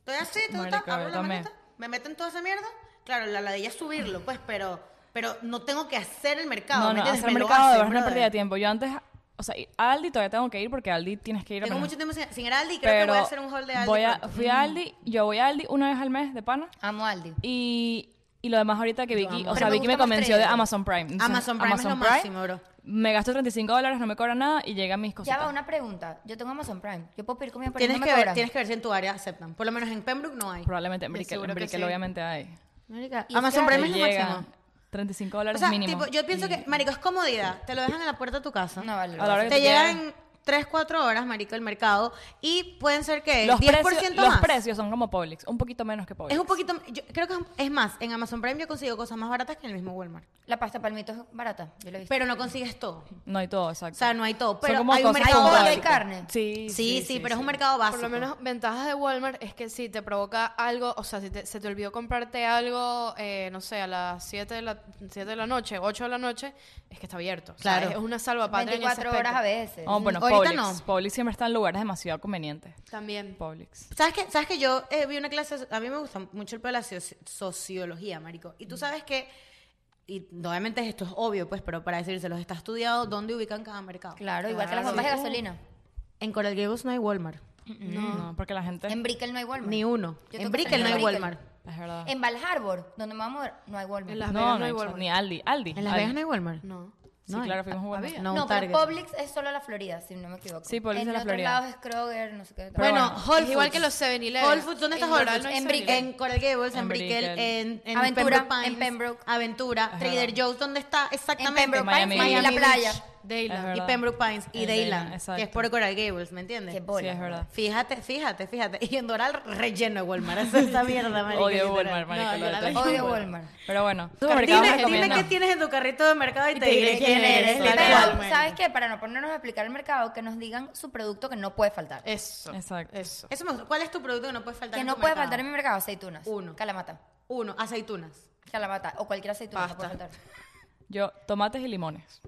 B: Estoy así, tú
C: Marico,
B: estás, abro
C: yo
B: la
C: también.
B: maleta, me meto en toda esa mierda. Claro, la ladilla es subirlo, pues, pero, pero no tengo que hacer el mercado.
C: No,
B: ¿me
C: no,
B: entiendes?
C: hacer
B: Me lo
C: mercado
B: hacen,
C: de verdad es una
B: brother.
C: pérdida de tiempo. Yo antes, o sea, y- a Aldi todavía tengo que ir porque Aldi tienes que ir.
B: Tengo
C: apenas-
B: mucho tiempo sin, sin ir a Aldi, creo
C: pero
B: que voy a hacer un haul de Aldi.
C: voy a-
B: pronto.
C: fui a Aldi, yo voy a Aldi una vez al mes de pana
D: Amo Aldi.
C: y, y lo demás ahorita que Vicky,
D: amo.
C: o
D: Pero
C: sea,
D: me
C: Vicky me
D: gusta más
C: convenció de
D: Trader.
C: Amazon Prime. Entonces,
B: Amazon Prime es lo máximo, bro.
C: Me gasto 35 dólares, no me cobra nada y llega mis
D: Ya
C: cositas.
D: va una pregunta. Yo tengo Amazon Prime. Yo puedo pedir comida por
B: Tienes,
D: no me
B: que ver,
D: cobran.
B: tienes que ver si en tu área aceptan. Por lo menos en Pembroke no hay.
C: Probablemente en
A: De
C: Brickell,
A: seguro
C: en
A: que
C: Brickell
A: sí.
C: obviamente hay.
D: Marica, y
B: Amazon
D: que-
B: Prime es lo
C: Llega,
B: máximo.
C: 35
B: O
C: dólares
B: sea,
C: mínimo.
B: tipo, yo pienso que, marico, es comodidad. Te lo dejan en la puerta de tu casa.
D: No vale.
C: A la hora que
B: te
C: tú
B: llegan
C: quieras.
B: en 3, 4 horas, marico, el mercado. Y pueden ser que
C: los
B: 10%
C: precios,
B: más.
C: los precios son como Publix, un poquito menos que Publix.
B: Es un poquito... Yo creo que es- es más, en Amazon Prime yo consigo cosas más baratas que en el mismo Walmart.
D: La pasta palmito es barata. Yo lo he visto.
B: Pero no consigues todo.
C: No hay todo,
B: O
C: exacto.
B: sea, no hay todo.
C: Son
B: Pero
C: como
B: hay un
C: cosas
B: mercado
D: como
B: básico.
D: hay carne.
C: Sí,
B: Sí, sí, pero es un mercado básico.
A: Por lo menos, ventajas de Walmart es que si te provoca algo, o sea, si te- se te olvidó comprarte algo, eh, no sé, a las 7 de, la, 7 de la noche, 8 de la noche, es que está abierto. O sea,
B: Claro.
A: es una salva patria.
D: 24 horas a veces.
C: Oh, bueno,
B: Ahorita
C: Publix.
B: no.
C: Publix siempre está en lugares demasiado convenientes.
A: También.
C: Publix.
B: ¿Sabes que, ¿Sabes que yo eh, vi una clase, a mí me gusta mucho el pelo de la soci- sociología, marico? Y tú sabes que, y obviamente esto es obvio, pues, pero para decírselos, está estudiado dónde ubican cada mercado.
D: Claro, igual que las
A: Claro.
D: bombas de gasolina.
B: Uh, En Coral Gables no hay Walmart,
C: No. porque la gente.
D: En Brickell no hay Walmart.
B: ni uno. en
D: Yo tengo
B: Brickell no hay
D: Brickell.
B: Walmart.
C: Es verdad.
D: En Val Harbor, donde me vamos a mover, no hay Walmart.
A: En Las
C: no,
A: Vegas
C: no,
A: no hay
C: hay
A: Walmart.
C: Ni Aldi. Aldi.
B: En Las Vegas no hay Walmart.
A: No.
C: Sí,
B: no hay.
C: claro, fuimos a Walmart.
A: Había.
B: No, un
D: No, pero
B: Target.
D: Publix es solo la Florida, si no me equivoco.
C: Sí, Publix
D: en
C: es la
D: otros
C: Florida.
D: lados es Kroger, no sé qué.
C: Pero
B: bueno,
C: bueno,
B: Whole
A: es igual
B: Foods.
A: que los 7-Eleven.
B: Whole Foods, ¿dónde está
A: En
B: Whole
A: Doral
B: Foods?
A: no hay
B: en,
A: 7-Eleven.
B: Brickell. en Coral Gables, en,
C: En
B: Brickell,
C: Brickell.
B: en, en
D: Aventura,
B: Pembroke Pines,
D: en Pembroke.
B: Aventura, Trader Joe's, ¿dónde está exactamente?
D: Pembroke
C: Pines, Miami
D: y la
B: Beach,
D: playa.
A: Dayland.
C: Es verdad.
B: Y Pembroke Pines y
C: En Dayland,
B: Dayland, que es
C: exacto.
B: por Coral Gables, ¿me entiendes?
D: Qué bola.
C: Sí, es verdad.
B: Fíjate, fíjate, fíjate. Y en Doral relleno de Walmart. Esa es esa mierda, marica.
C: Odio
B: literal.
C: Walmart, marico,
A: No,
C: lo
A: yo la
C: detesto.
D: Odio Walmart.
C: Pero bueno, supermercados
B: Dime, dime
C: recomiendo.
B: qué tienes en tu carrito de mercado y, te,
A: te
B: diré
A: diré
B: quién
A: quién
B: eres.
A: eres,
B: literal.
D: Pero, ¿sabes qué? Para no ponernos a explicar el mercado, que nos digan su producto que no puede faltar.
A: Eso.
C: Exacto.
A: Eso.
B: Eso me gusta. ¿Cuál es tu producto que no puede faltar
D: que
B: en
D: no
B: tu
D: puede
B: mercado?
D: faltar en mi mercado, aceitunas.
B: Uno.
D: Calamata.
B: Uno, aceitunas.
D: Calamata. O cualquier aceituna no
A: Pasta.
D: puede faltar.
C: Yo, tomates y limones.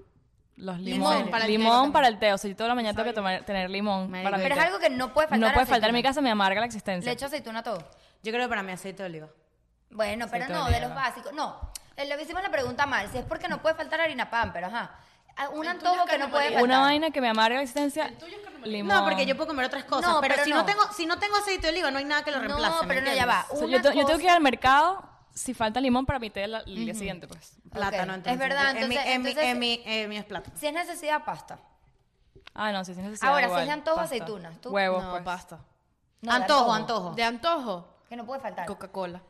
C: Los
B: Limón
C: limones.
B: para el té
C: limón
B: también.
C: para el té. O sea, yo toda la mañana tengo que tomar- tener limón.
B: Marico.
C: Para mi
D: Pero es
C: té.
D: algo que no puede faltar.
C: No puede faltar en mi
D: aceituna.
C: casa, me amarga la existencia.
D: Le echo aceituna a todo.
B: Yo creo que para mi aceite de oliva.
D: Bueno, pero
C: Aceituna,
D: no, de los
C: ¿no?
D: básicos. No, eh, le hicimos la pregunta mal. Si es porque no puede faltar harina pan, pero ajá. Ah, Un
A: Aceitunas,
D: antojo que no
A: carne
D: puede
A: molida.
D: faltar.
C: Una vaina que me amarga la existencia. Limón.
B: No, porque yo puedo comer otras cosas.
D: No,
B: pero,
D: pero
B: si no.
D: no.
B: tengo, si no tengo aceite de oliva, no hay nada que lo reemplace.
D: No,
B: ¿me
D: pero no, ya
B: entiendes?
D: va.
C: O sea,
D: Una
C: yo, te- yo tengo
D: cosa-
C: que ir al mercado si falta limón para mi té la- el día siguiente, pues.
B: Plátano,
D: Ok,
B: entonces.
D: es verdad,
B: En mi-
D: entonces-
B: en mi-
D: entonces-
B: en mi- en mi es plátano.
D: Si es necesidad, pasta.
C: Ah, no, si es necesario.
D: Ahora, si
C: igual,
D: es de antojo,
C: pasta.
D: aceitunas, ¿tú?
C: Huevos,
A: No,
C: pues.
A: pasta.
D: No, de
B: antojo, antojo.
A: De antojo,
D: Que no puede faltar.
A: Coca-Cola.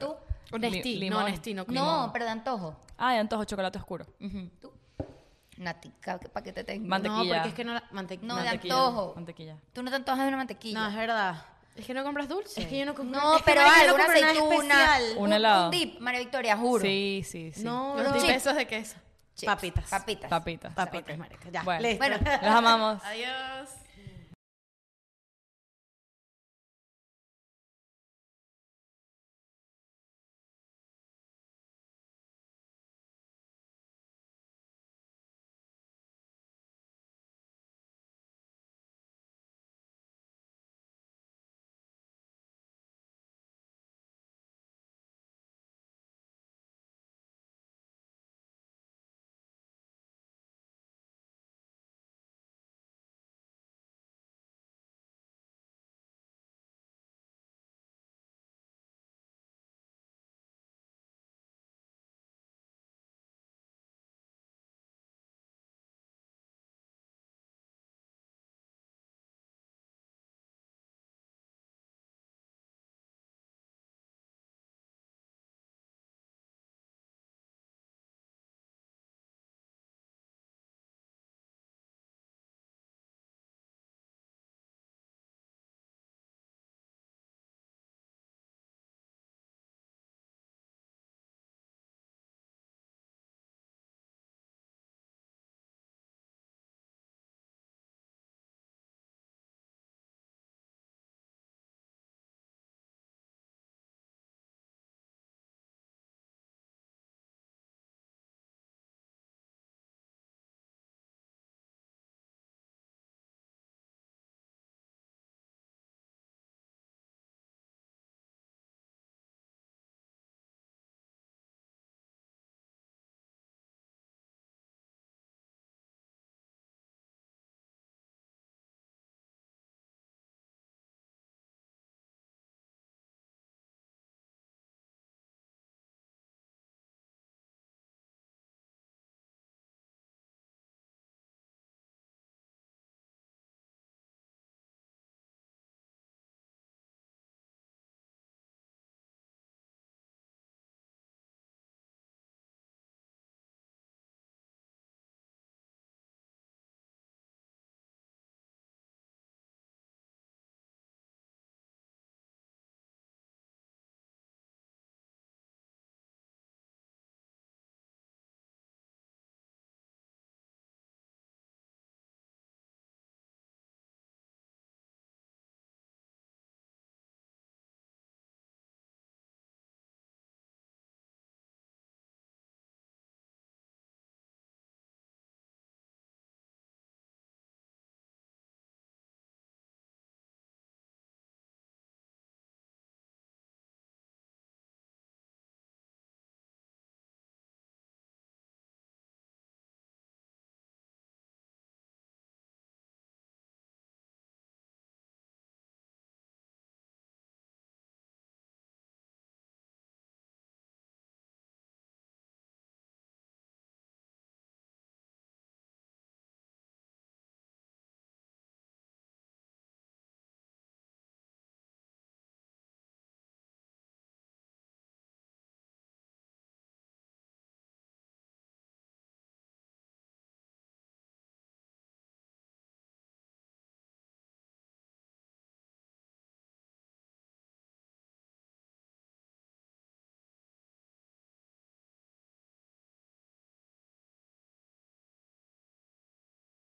D: Tú,
A: Nestí,
C: Li-
A: no,
C: limón.
A: Nestí, no.
D: No, pero de antojo.
C: Ah, de antojo, chocolate oscuro.
D: Ujú. ¿Tú? Nati, ¿para qué te tengo?
C: Mante-
B: No, porque
C: mantequilla.
B: es que no la... mante-
D: No, de
B: mante-
C: Mantequilla,
D: antojo.
C: Mantequilla.
D: Tú no te antojas de una
B: No,
D: mantequilla.
B: es verdad.
A: Es que no compras dulce.
B: Es que yo no compro...
D: No,
B: es que
D: pero
B: marica, yo
D: algo,
B: no
D: una
B: compro nada
D: aceituna,
B: especial.
C: Un
D: un,
C: helado.
D: un dip, María Victoria, juro.
C: Sí, sí, sí.
B: No,
A: Los
B: bro.
D: chips.
A: pesos de queso.
D: Chips,
B: Papitas.
D: Papitas.
C: Papitas.
B: Papitas,
C: Ok.
B: marica. Ya,
C: Bueno.
B: listo.
D: Bueno,
C: Los amamos.
A: Adiós.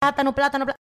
B: Plátano, plátano, plátano.